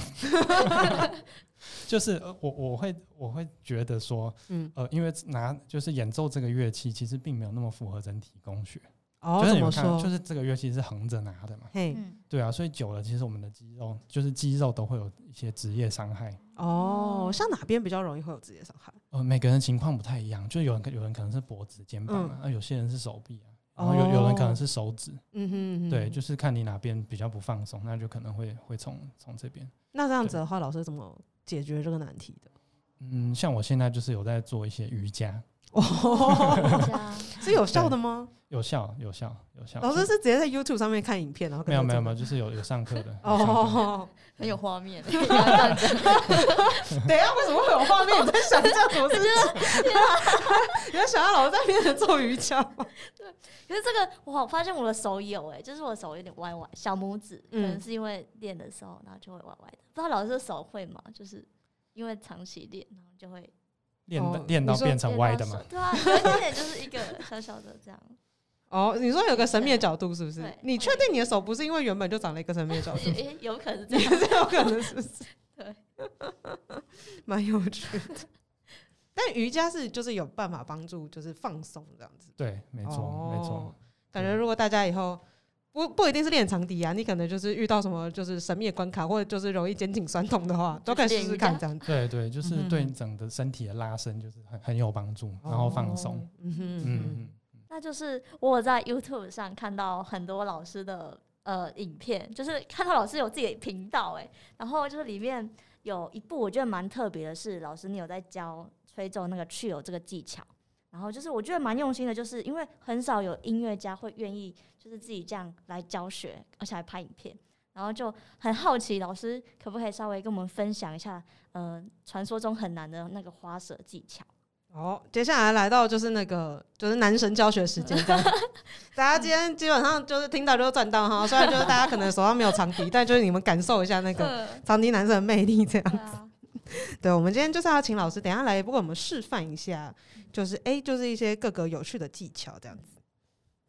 就是呃我我会我会觉得说，嗯，呃，因为拿就是演奏这个乐器，其实并没有那么符合整体工学。哦，就是怎你么们看，说？就是这个乐器是横着拿的嘛，嘿，嗯，对啊，所以久了，其实我们的肌肉就是肌肉都会有一些职业伤害。哦，哦像哪边比较容易会有职业伤害？呃，每个人情况不太一样，就有人可有人可能是脖子、肩膀啊，啊有些人是手臂啊，然后有、有人可能是手指，嗯哦哼嗯哼，对，就是看你哪边比较不放松，那就可能会会从从这边。那这样对子的话，老师怎么解决这个难题的？嗯，像我现在就是有在做一些瑜伽，哦，这样是有效的吗？有效有效有效。老师是直接在 YouTube 上面看影片，然后跟没有着没有没做有，就是有有上课的。有上课的哦，很有画 面，这样子，等一下，为什么会有画面？你在想象什么事情？ 你在想象老师在面前做瑜伽吗？可是这个我好发现我的手有哎、就是我的手有点歪歪，小拇指可嗯能是因为练的时候，然后就会歪歪的。不知道老师的手会吗？就是因为长期练，然后就会练哦到练到你说变成练歪到的手嘛？对啊，有一点点就是一个小小的这 样，哦，你说有个神秘的角度是不是对？你确定你的手不是因为原本就长了一个神秘的角 度？也有可能是这你样。是有可能是不是？对， 蛮有趣的。但瑜伽是就是有办法帮助，就是放松这样子。对，没错、哦没错。感觉如果大家以后不不一定是练长笛啊，你可能就是遇到什么就是神秘的关卡，或者就是容易肩颈酸痛的话，都可以试试看这样子。对对，就是对嗯哼整个身体的拉伸就是很很有帮助，然后放松。哦，嗯哼嗯嗯哼嗯，那就是我有在 YouTube 上看到很多老师的呃影片，就是看到老师有自己的频道哎、然后就是里面有一部我觉得蛮特别的是，老师你有在教吹奏那个去油这个技巧，然后就是我觉得蛮用心的，就是因为很少有音乐家会愿意就是自己这样来教学，而且还拍影片。然后就很好奇，老师可不可以稍微跟我们分享一下，呃，传说中很难的那个花舌技巧？好，接下来来到就是那个就是男神教学时间，这 样大家今天基本上就是听到就赚到哈。虽然就是大家可能手上没有长笛，但就是你们感受一下那个嗯，长笛男神的魅力这样 对。啊，对，我们今天就是要请老师，等一下来，不过我们示范一下，就是哎、诶就是一些各个有趣的技巧这样子。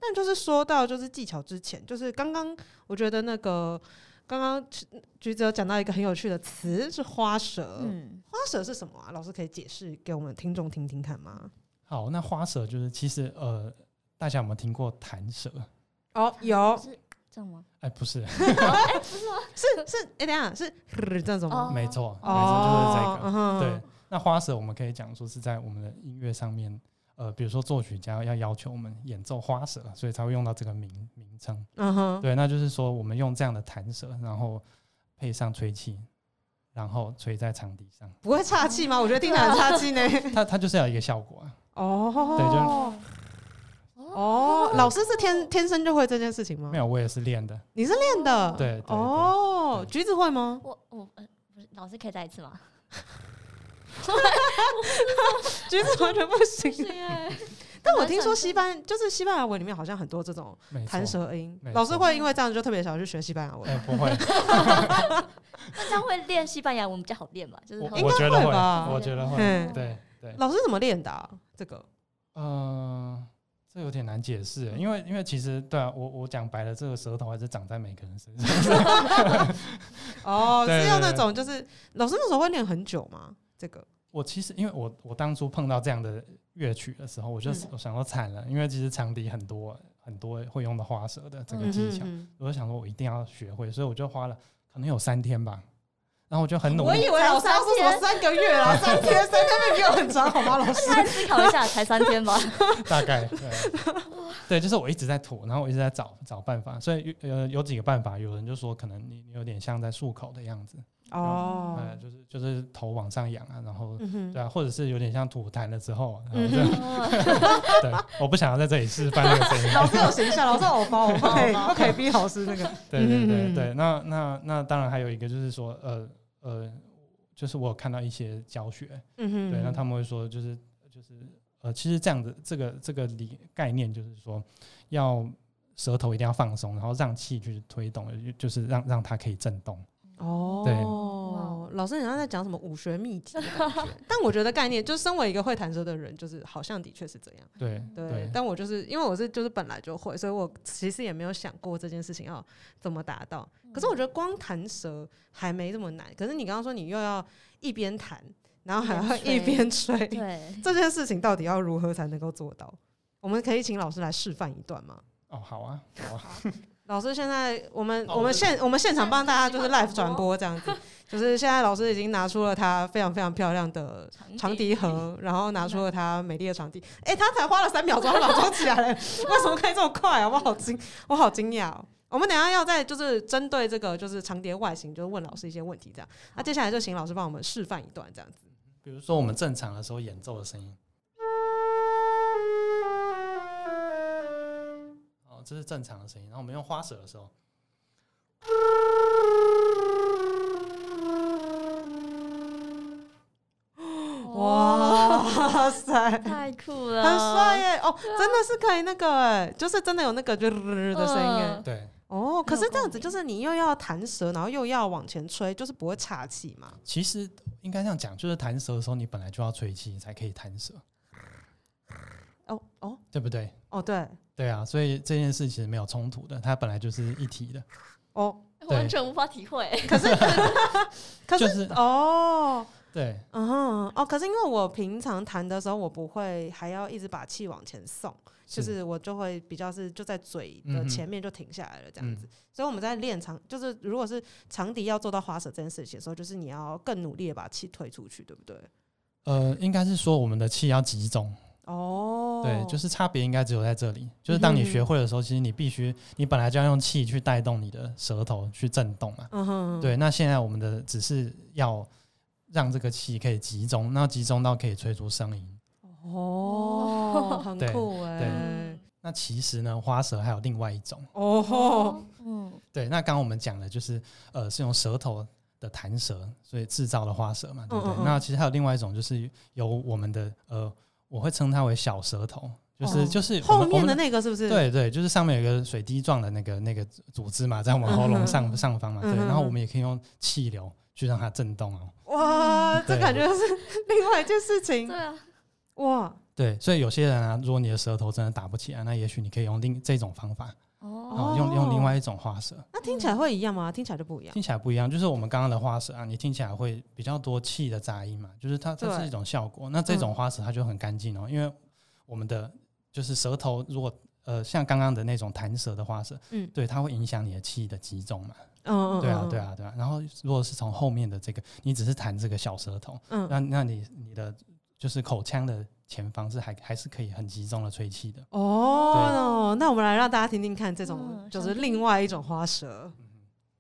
但就是说到就是技巧之前，就是刚刚我觉得那个刚刚橘橘子有讲到一个很有趣的词是花舌，嗯。花舌是什么啊？老师可以解释给我们听众听听看吗？好，那花舌就是其实呃，大家有没有听过弹舌？哦，有是这样吗？哎，不哦是，是是哎、等一下是这种吗？ 没错，没哦错，就是这个。嗯哼对，那花舌我们可以讲说是在我们的音乐上面，呃，比如说作曲家要要求我们演奏花舌，所以才会用到这个名名称。嗯哼，对，那就是说我们用这样的弹舌，然后配上吹气，然后吹在长笛 上，不会岔气吗？我觉得听起来很岔气呢。 它它就是要有一个效果啊。哦，对就哦哦，老师是天天生就会这件事情吗？没有，我也是练的。你是练的，对对对哦，对橘子会 吗？我我呃，不是老师可以再一次吗？ 橘子完全不行。哎，但我听说西班就是西班牙文里面好像很多这种没错弹。舌音没，错老师会因为这样就特别想要去学西班牙文哎，，不 会，那这样会练西班牙文比较好练嘛？就是我会应我该觉得会会，吧我觉得会。嗯对对，老师怎么练的啊？这个嗯，这有点难解释欸耶，因为因为其实对啊，我我讲白了，这个舌头还是长在每个人身上。 哦，对对是用那种就是老师那时候会练很久吗？这个我其实因为我我当初碰到这样的乐曲的时候，我就嗯我想说惨了，因为其实长笛很多很多会用到花舌的这个技巧，嗯哼我就想说我一定要学会，所以我就花了可能有三天吧，然后我就很努我力。以为老师要说什么三个月啦，三天，三天没有很长好吗？老师，再思考一下， 才三 天吧。大 概对，对，就是我一直在吐，然后我一直在找找办法，所以有有几个办法，有人就说可能你你有点像在漱口的样子，哦，呃，就是就是头往上仰啊，然后嗯哼，对啊，或者是有点像吐痰了之后，啊然后嗯就、对，我不想要在这里示范那个声 音。老师有形象，老师偶 包，我不可以不可以逼老师那个，对对嗯对对，那那那当然还有一个就是说，呃呃，就是我有看到一些教学，嗯哼，对，那他们会说就是就是呃，其实这样的这个这个理概念就是说，要舌头一定要放松，然后让气去推动，就就是让让它可以震动。哦，老师，你刚才在讲什么武学秘籍的感觉？但我觉得概念，就是身为一个会弹舌的人，就是好像的确是这样。对对，但我就是因为我是就是本来就会，所以我其实也没有想过这件事情要怎么达到。可是我觉得光弹舌还没这么难。可是你刚刚说你又要一边弹，然后还要一一边边吹，对，这件事情到底要如何才能够做到？我们可以请老师来示范一段吗？哦，好啊，好啊， 老师现在我们好我们对现我们现场帮大家就是现场 live 直播转播这样子， 就是现在老师已经拿出了他非常非常漂亮的长笛盒，然后拿出了他美丽的长笛。哎、他才花了三秒钟，他把它装起来 了，为什么可以这么快啊？我好惊，我好惊讶、哦。我们等一下要再就是针对这个就是长笛外形，就是问老师一些问题这样。那、接下来就请老师帮我们示范一段这样子。比如说我们正常的时候演奏的声音，哦，这是正常的声音。然后我们用花舌的时候，哇，哇塞！太酷了，很帅耶！哦，真的是可以那个哎，就是真的有那个就的声音哎嗯。对，哦，可很有是这样共子鸣就是你又要弹舌，然后又要往前吹，就是不会岔气嘛。其实应该这样讲，就是弹舌的时候，你本来就要吹气，你才可以弹舌，哦哦对不对？哦，对，对啊，所以这件事其实没有冲突的，它本来就是一 体的。哦， 完全无法体会。可是、就是哦，对，嗯哼，哦，可是因为我平常弹的时候，我不会还要一直把气往前送，就是我就会比较是就在嘴的嗯哼前面就停下来了这样嗯子。所以我们在练长，就是如果是长笛要做到花舌这件事情的时候，就是你要更努力的把气推出去，对不对？呃，应该是说我们的气要集中，哦，嗯对，就是差别应该只有在这里，就是当你学会的时候，其实你必须，你本来就要用气去带动你的舌头去震动嘛。嗯哼，对，那现在我们的只是要让这个气可以集中，那集中到可以吹出声音。哦，很对酷哎、嗯那其实呢，花舌还有另外一种，哦吼。，嗯，对，那刚刚我们讲的就是呃是用舌头的弹舌，所以制造的花舌嘛，对不对？嗯嗯嗯那其实还有另外一种，就是由我们的呃，我会称它为小舌头，就是、哦就是我后们我面们的那个是不是？，对对，就是上面有一个水滴状的那个那个组织嘛，在我们嗯喉哼咙上上方嘛，对。嗯哼然后我们也可以用气流去让它震动哦，哇，这对感觉是 另外一件事情对啊，哇。对。所以有些人啊，如果你的舌头真的打不起来，那也许你可以用另这种方法，哦哦，用哦用另外一种花舌，那听起来会一样吗？听起来就不一样。听起来不一样。就是我们刚刚的花舌啊，你听起来会比较多气的杂音嘛，就是它这对嗯是一种效果。那这种花舌它就很干净哦，因为我们的就是舌头如果。呃，像刚刚的那种弹舌的花舌，嗯对，它会影响你的气的集中嘛。嗯嗯，对啊嗯，对，啊，对啊。然后如果是从后面的这个，你只是弹这个小舌头，嗯那那你你的就是口腔的前方是还还是可以很集中的吹气的。哦，那我们来让大家听听看这种，嗯就是想听另外一种花舌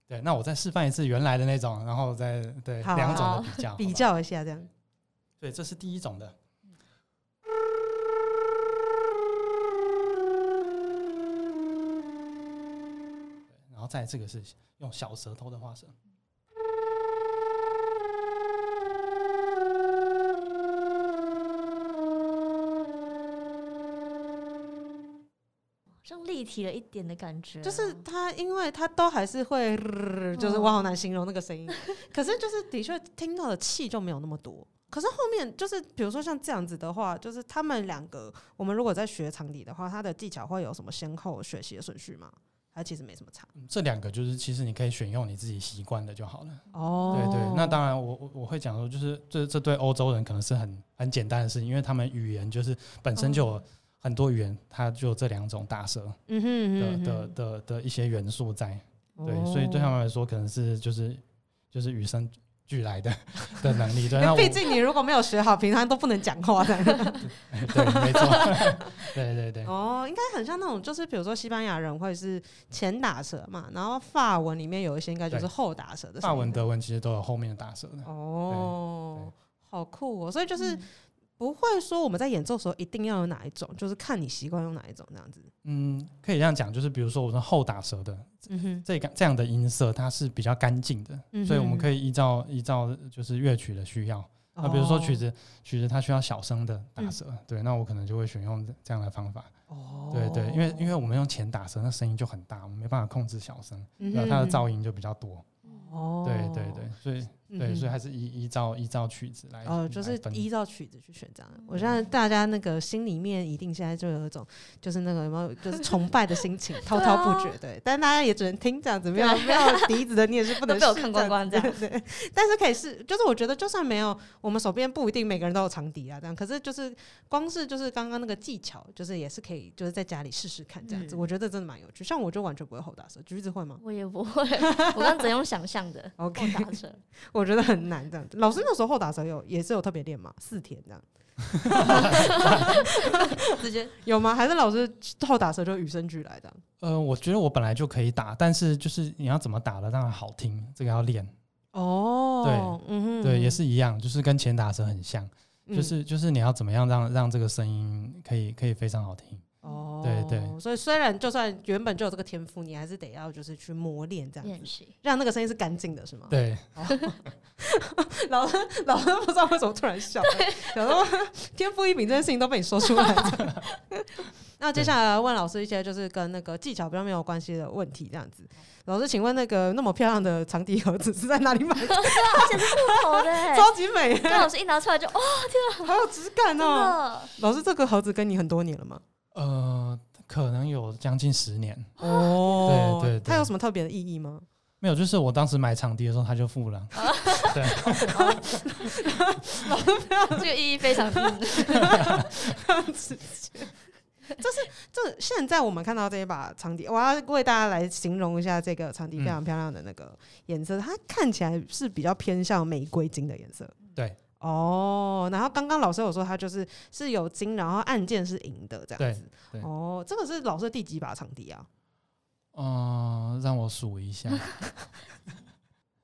对，那我再示范一次原来的那种，然后再对好两种好的比较比。好吧较一下，这样。对，这是第一种的。对然后再这个是用小舌头的花舌，好像立体了一点的感觉啊，就是它，因为它都还是会，嗯就是我好难形容那个声音。可是就是的确听到的气就没有那么多。可是后面就是比如说像这样子的话，就是他们两个，我们如果在学长笛的话，它的技巧会有什么先后学习的顺序吗？还其实没什么差。嗯这两个就是其实你可以选用你自己习惯的就好了。哦对对，那当然我，我我会讲说，就是这这对欧洲人可能是很很简单的事情，因为他们语言就是本身就有很多语言，它就有这两种大舌嗯哼的嗯哼的的的一些元素在，嗯哼对，所以对他们来说可能是就是就是与生俱来的的能 力，对，那哦我毕竟你如果没有学好，平常都不能讲话的。对没错， 对对对，哦，应该很像那种，就是比如说西班牙人会是前打舌嘛，然后法文里面有一些应该就是对后打舌的。法文、德文其实都有后面的大舌的，哦，好酷哦！所以就是嗯不会说我们在演奏的时候一定要有哪一种，就是看你习惯用哪一种这样子。嗯，可以这样讲，就是比如说我说后打舌的嗯哼，这个这样的音色，它是比较干净的，嗯哼所以我们可以依照依照就是乐曲的需要。那啊比如说曲哦子，曲子它需要小声的嗯打舌，对，那我可能就会选用这样的方法，哦，对对，因为因为我们用前打舌，那声音就很大，我们没办法控制小声，为对吧、它的噪音就比较多，嗯哦，对对对，所以嗯哼，对，所以还是依依照依照曲子来哦，就是来分依照曲子去选这样。嗯我现在大家那个心里面一定现在就有一种，就是那个有没有就是崇拜的心 情，滔滔啊不绝。对，但大家也只能听这样子，没有没有笛子的你也是不能都被我试看光光这样子。 对，但是可以是，就是我觉得就算没有，我们手边不一定每个人都有长笛啊，这样。可是就是光是就是刚刚那个技巧，就是也是可以，就是在家里试试看这样子。嗯哦我觉得真的蛮有趣。像我就完全不会吼大舌，橘子会吗？。我也不会，我刚只用想象的 OK 我打 车，我觉得很难这样子。老师那时候后打舌有也是有特别练嘛，四天这样。直接有吗？还是老师后打舌就与生俱来的？呃，我觉得我本来就可以打，但是就是你要怎么打的让它好听，这个要练。哦，对，嗯哼嗯对，也，是一样，就是跟前打舌很像，就是就是你要怎么样让让这个声音可以可以非常好听。哦，对对，所以虽然就算原本就有这个天赋，你还是得要就是去磨练这样练子，习，让那个声音是干净的，是吗？，对，老师 老师不知道为什么突然笑了，想说天赋异禀这件事情都被你说出来了。 那接下来问老师一些就是跟那个技巧比较没有关系的问题，这样子。老师，请问那个那么漂亮的长笛盒子是在哪里买的？而且是木头的 欸，超级美，刚老师一拿出来就哦，好有质感真哦！的，老师，这个盒子跟你很多年了吗？呃，可能有将近十年，哦，对对对它有什么特别的意义吗？没有，就是我当时买场地的时候他就付了，哦 这个意义非常嗯直接，就是这现在我们看到这一把长笛，我要为大家来形容一下这个长笛非常漂亮的那个颜色，它看起来是比较偏向玫瑰金的颜色。对哦，然后刚刚老师有说它就是是有金，然后按键是银的这样对子。对哦，这个是老师第几把长笛啊？嗯、让我数一 下，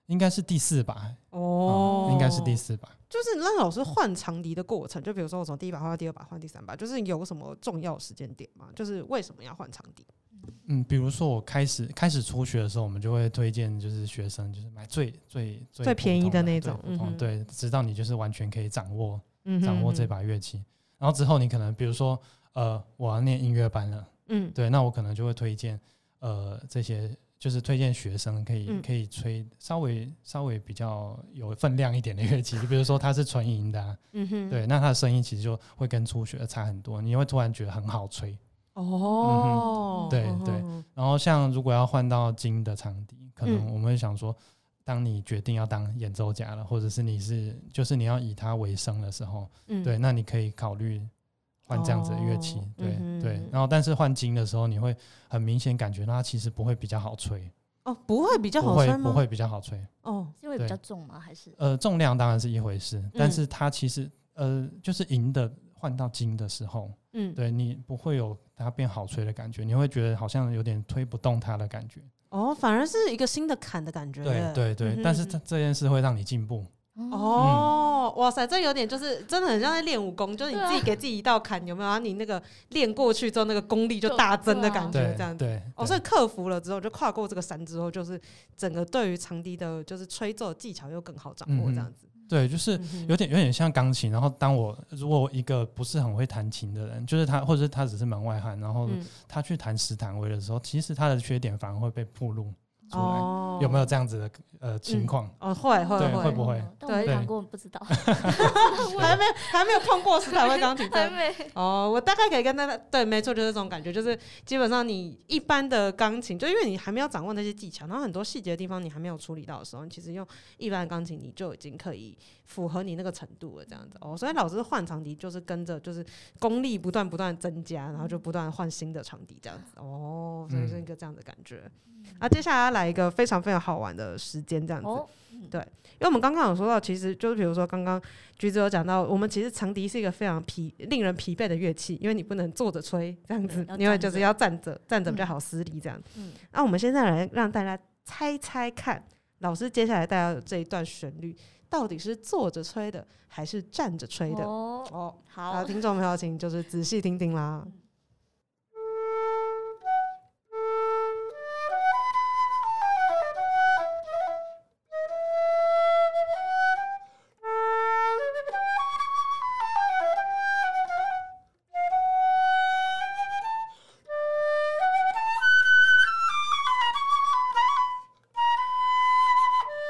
应该是第四把，哦，应该是第四把。就是让老师换长笛的过程，就比如说我从第一把换到第二把，换第三把，就是有什么重要时间点吗？就是为什么要换长笛？嗯，比如说我开始开始初学的时候，我们就会推荐就是学生就是买最最最最普便宜通的的那最种普通嗯哼对，直到你就是完全可以掌握嗯哼掌握这，把乐器。然后之后你可能比如说呃，我要念音乐班了，嗯，对，那我可能就会推荐呃这些就是推荐学生可以、嗯可以吹稍微稍微比较有分量一点的乐器，就比如说它是纯银的、啊，嗯哼，对，那它的声音其实就会跟初学的差很多，你会突然觉得很好吹。哦，嗯哼对嗯哼对，然后像如果要换到金的长笛，可能嗯我们会想说，当你决定要当演奏家了，或者是你是就是你要以它为生的时候，嗯对，那你可以考虑换这样子的乐器，哦对、嗯哼对。然后但是换金的时候，你会很明显感觉到它其实不会比较好吹，哦，不会比较不好会穿吗？不会比较好吹。哦，是因为比较重吗？还是呃，重量当然是一回事，嗯但是它其实呃就是银的换到金的时候，嗯，对你不会有它变好吹的感觉，你会觉得好像有点推不动它的感觉。哦，反而是一个新的坎的感觉，对对嗯对，哼但是嗯嗯这这件事会让你进步。哦，哇塞，这有点就是真的很像在练武功，就是你自己给自己一道坎，有没有？然后你那个练过去之后，那个功力就就大增的对啊感觉，对这样子。对，哦，对所以克服了之后，就跨过这个山之后，就是整个对于长笛的，就是吹奏技巧又更好掌握，嗯哼这样子。对，就是嗯哼有点有点像钢琴。然后当我如果一个不是很会弹琴的人，就是他，或者是他只是门外汉，然后嗯他去弹十弹位的时候，其实他的缺点反而会被暴露出来。哦，有没有？这样子的呃情嗯况？哦，会会对会会不会哦但我没对弹过，不知道， 还没有还没有碰过斯坦威钢琴还班。没。哦，我大概可以跟大家对，没错，就是这种感觉，就是基本上你一般的钢琴，就因为你还没有掌握那些技巧，然后很多细节的地方你还没有处理到的时候，你其实用一般的钢琴你就已经可以符合你那个程度了，这样子。哦，所以老师换长笛就是跟着就是功力不断不断增加，然后就不断换新的长笛这样子。哦，所以是一个这样的感觉。嗯啊，接下来要来一个非常非常好玩的时间，这样子。哦，因为我们刚刚有说到，其实就是比如说刚刚橘子有讲到，我们其实长笛是一个非常疲、令人疲惫的乐器，因为你不能坐着吹这样子嗯对要，因为站就是着要站着，站着比较好施力这样。嗯，那、我们现在来让大家猜猜看，老师接下来带到的这一段旋律到底是坐着吹的还是站着吹的？哦，哦，好，好，嗯听众朋友，请就是仔细听听啦。 Thank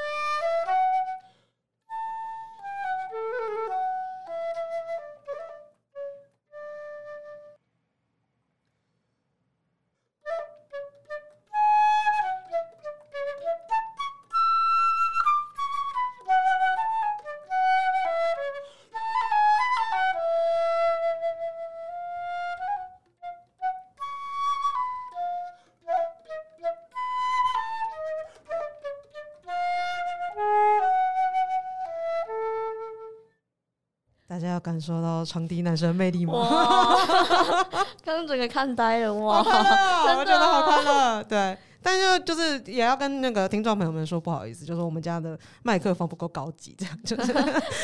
大家有感受到长笛男神的魅力吗？哇， 刚刚整个看呆了好 哇！快乐，我觉啊真的得好快乐。对，但就就是也要跟那个听众朋友们说不好意思，就是我们家的麦克风不够高级，这样就是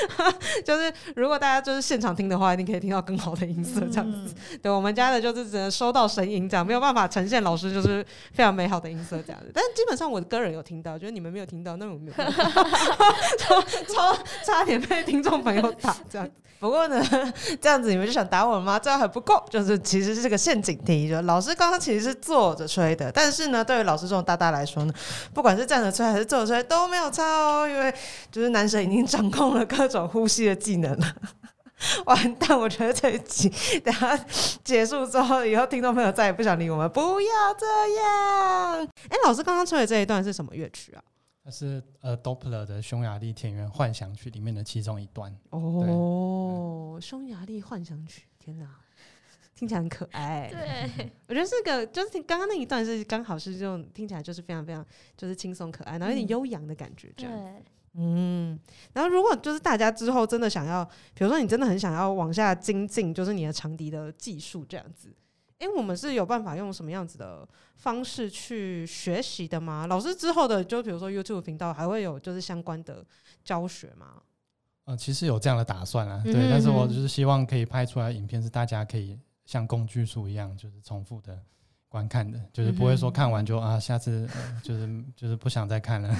就是如果大家就是现场听的话，一定可以听到更好的音色，这样子。嗯对我们家的就是只能收到声音，这样没有办法呈现老师就是非常美好的音色这样子。但基本上我个人有听到，就是你们没有听到，那我没有办法，超超差点被听众朋友打这样子。不过呢， 这样子你们就想打我吗？这样还不够，就是其实是个陷阱题。就老师刚刚其实是坐着吹的，但是呢，对于老师这种大大来说呢，不管是站着吹还是坐着吹都没有差哦，因为就是男神已经掌控了各种呼吸的技能了。 完蛋！我觉得这一集等一下结束之后，以后听众朋友再也不想理我们，不要这样。哎、老师刚刚吹的这一段是什么乐曲啊？它是呃 Doppler 的《匈牙利田园幻想曲》里面的其中一段。哦，匈牙利幻想曲，天哪，听起来很可爱。对，我觉得这个就是刚刚那一段是刚好是这种听起来就是非常非常就是轻松可爱，然后有点嗯悠扬的感觉这样。对，嗯，然后如果就是大家之后真的想要，比如说你真的很想要往下精进，就是你的长笛的技术这样子，诶，我们是有办法用什么样子的方式去学习的吗？老师之后的，就比如说 YouTube 频道还会有就是相关的教学吗？呃，其实有这样的打算啦，啊嗯对，但是我就是希望可以拍出来的影片是大家可以像工具书一样，就是重复的观看的，就是不会说嗯看完就啊，下次、呃就是就是不想再 看了。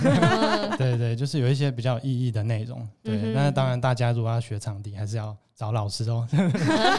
对对，就是有一些比较有意义的内容。对，嗯哼那当然大家如果要学场地，还是要找老师哦。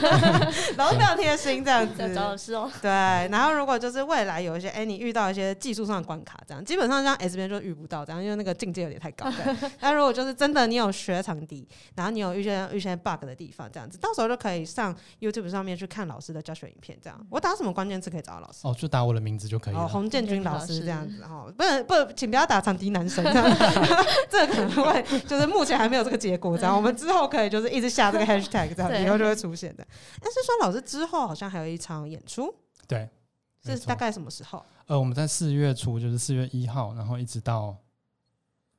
老师非常贴心这样 子，找找老师哦。对，然后如果就是未来有一些，哎、你遇到一些技术上的关卡，这样基本上像 S 边就遇不到，这样因为那个境界有点太高。 对那如果就是真的你有学场地，然后你有遇见遇见 bug 的地方，这样子，到时候就可以上 YouTube 上面去看老师的教学影片。这样，我打什么关键词可以找到老师？ 哦，就打我的名字就可以了。哦，洪建军洪建军老老师师这样子哦，不能不，请不要打场地男神，这样 这可能会就是目前还没有这个结果，这样我们之后可以就是一直下这个 hashtag，这样对以后就会出现的。但是说老师之后好像还有一场演出，对，没是错大概什么时候？ 呃，我们在四月初，就是四月一号，然后一直到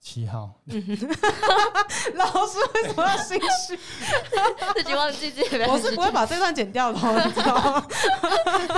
七号，老师为什么要心虚？自己忘记自己的我是不会把这段剪掉的哦，你知道吗？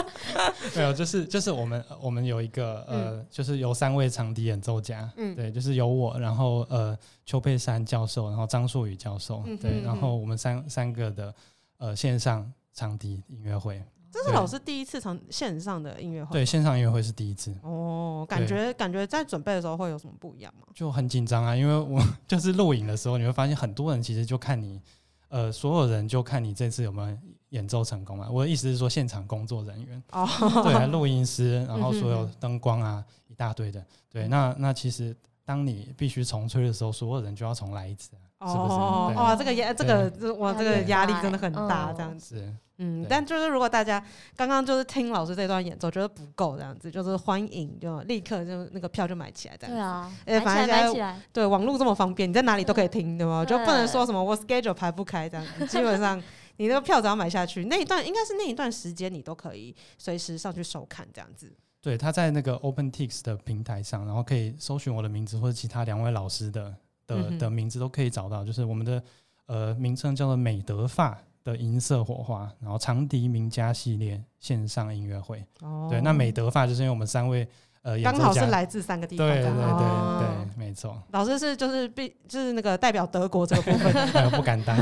没有，就是就是我们我们有一个呃，就是有三位长笛演奏家，嗯对，就是有我，然后呃邱佩珊教授，然后张硕宇教授，嗯哼对，嗯然后我们三三个的呃线上长笛音乐会，这是老师第一次场线上的音乐会。对，线上音乐会是第一次，哦，感觉感觉在准备的时候会有什么不一样吗？就很紧张啊，因为我 就是录影的时候，你会发现很多人其实就看你，呃，所有人就看你这次有没有演奏成功啊。我的意思是说，现场工作人员，哦， 对， 录音师，然后嗯哼所有哼嗯灯光啊，一大堆的。对，那那其实当你必须重吹的时候，所有人就要重来一次啊、是不是哦，对哇，这个压，这个哇，这个对压力真的很大，嗯这样子。是嗯对，但就是如果大家刚刚就是听老师这段演奏觉得不够，这样子就是欢迎就立刻就那个票就买起来，这样对子。啊，哎买反起正现来在买起来，对，网络这么方便，你在哪里都可以听，对吗？就对不能说什么我 schedule 排不开这样子，基本 上你那个票只要买下去，那一段应该是那一段时间你都可以随时上去收看这样子。对，他在那个 OpenTix 的平台上，然后可以搜寻我的名字或者其他两位老师的嗯的哼的名字都可以找到，就是我们的呃名称叫做美德法的银色火花，然后长笛名家系列线上音乐会。哦对，那美德法就是因为我们三位呃演刚奏好家是来自三个地对方这对对样，哦对，没错， 老师是就是必就是那个代表德国这个部分。 呃不敢当。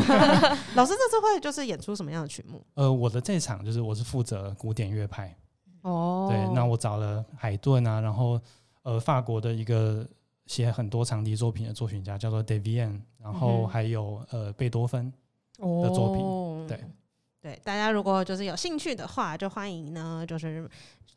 老师这次会就是演出什么样的曲目？呃，我的这场就是我是负责古典乐派，哦对，那我找了海顿啊，然后呃法国的一个写很多长笛作品的作曲家叫做 Devian，然嗯后哼嗯还有呃贝多芬，的作品对对对，大家如果就是有兴趣的话，就欢迎呢，就是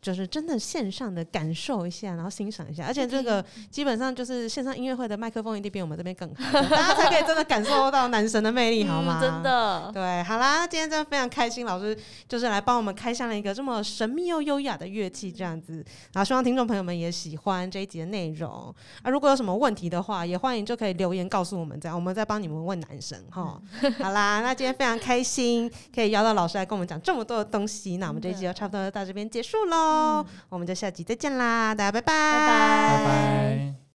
就是真的线上的感受一下，然后欣赏一下。而且这嗯个基本上就是线上音乐会的麦克风一定比我们这边更好，大家才可以真的感受到男神的魅力，好吗？嗯真。的，对，好啦，今天真的非常开心，老师就是来帮我们开箱了一个这么神秘又优雅的乐器，这样子。然后希望听众朋友们也喜欢这一集的内容啊。如果有什么问题的话，也欢迎就可以留言告诉我们，这样我们再帮你们问男神哈。好啦，那今天非常开心，可以邀到老师来跟我们讲这么多的东西。那我们这一集就嗯差不多到这边结束喽，我们就下集再见啦，大家拜拜，拜拜拜。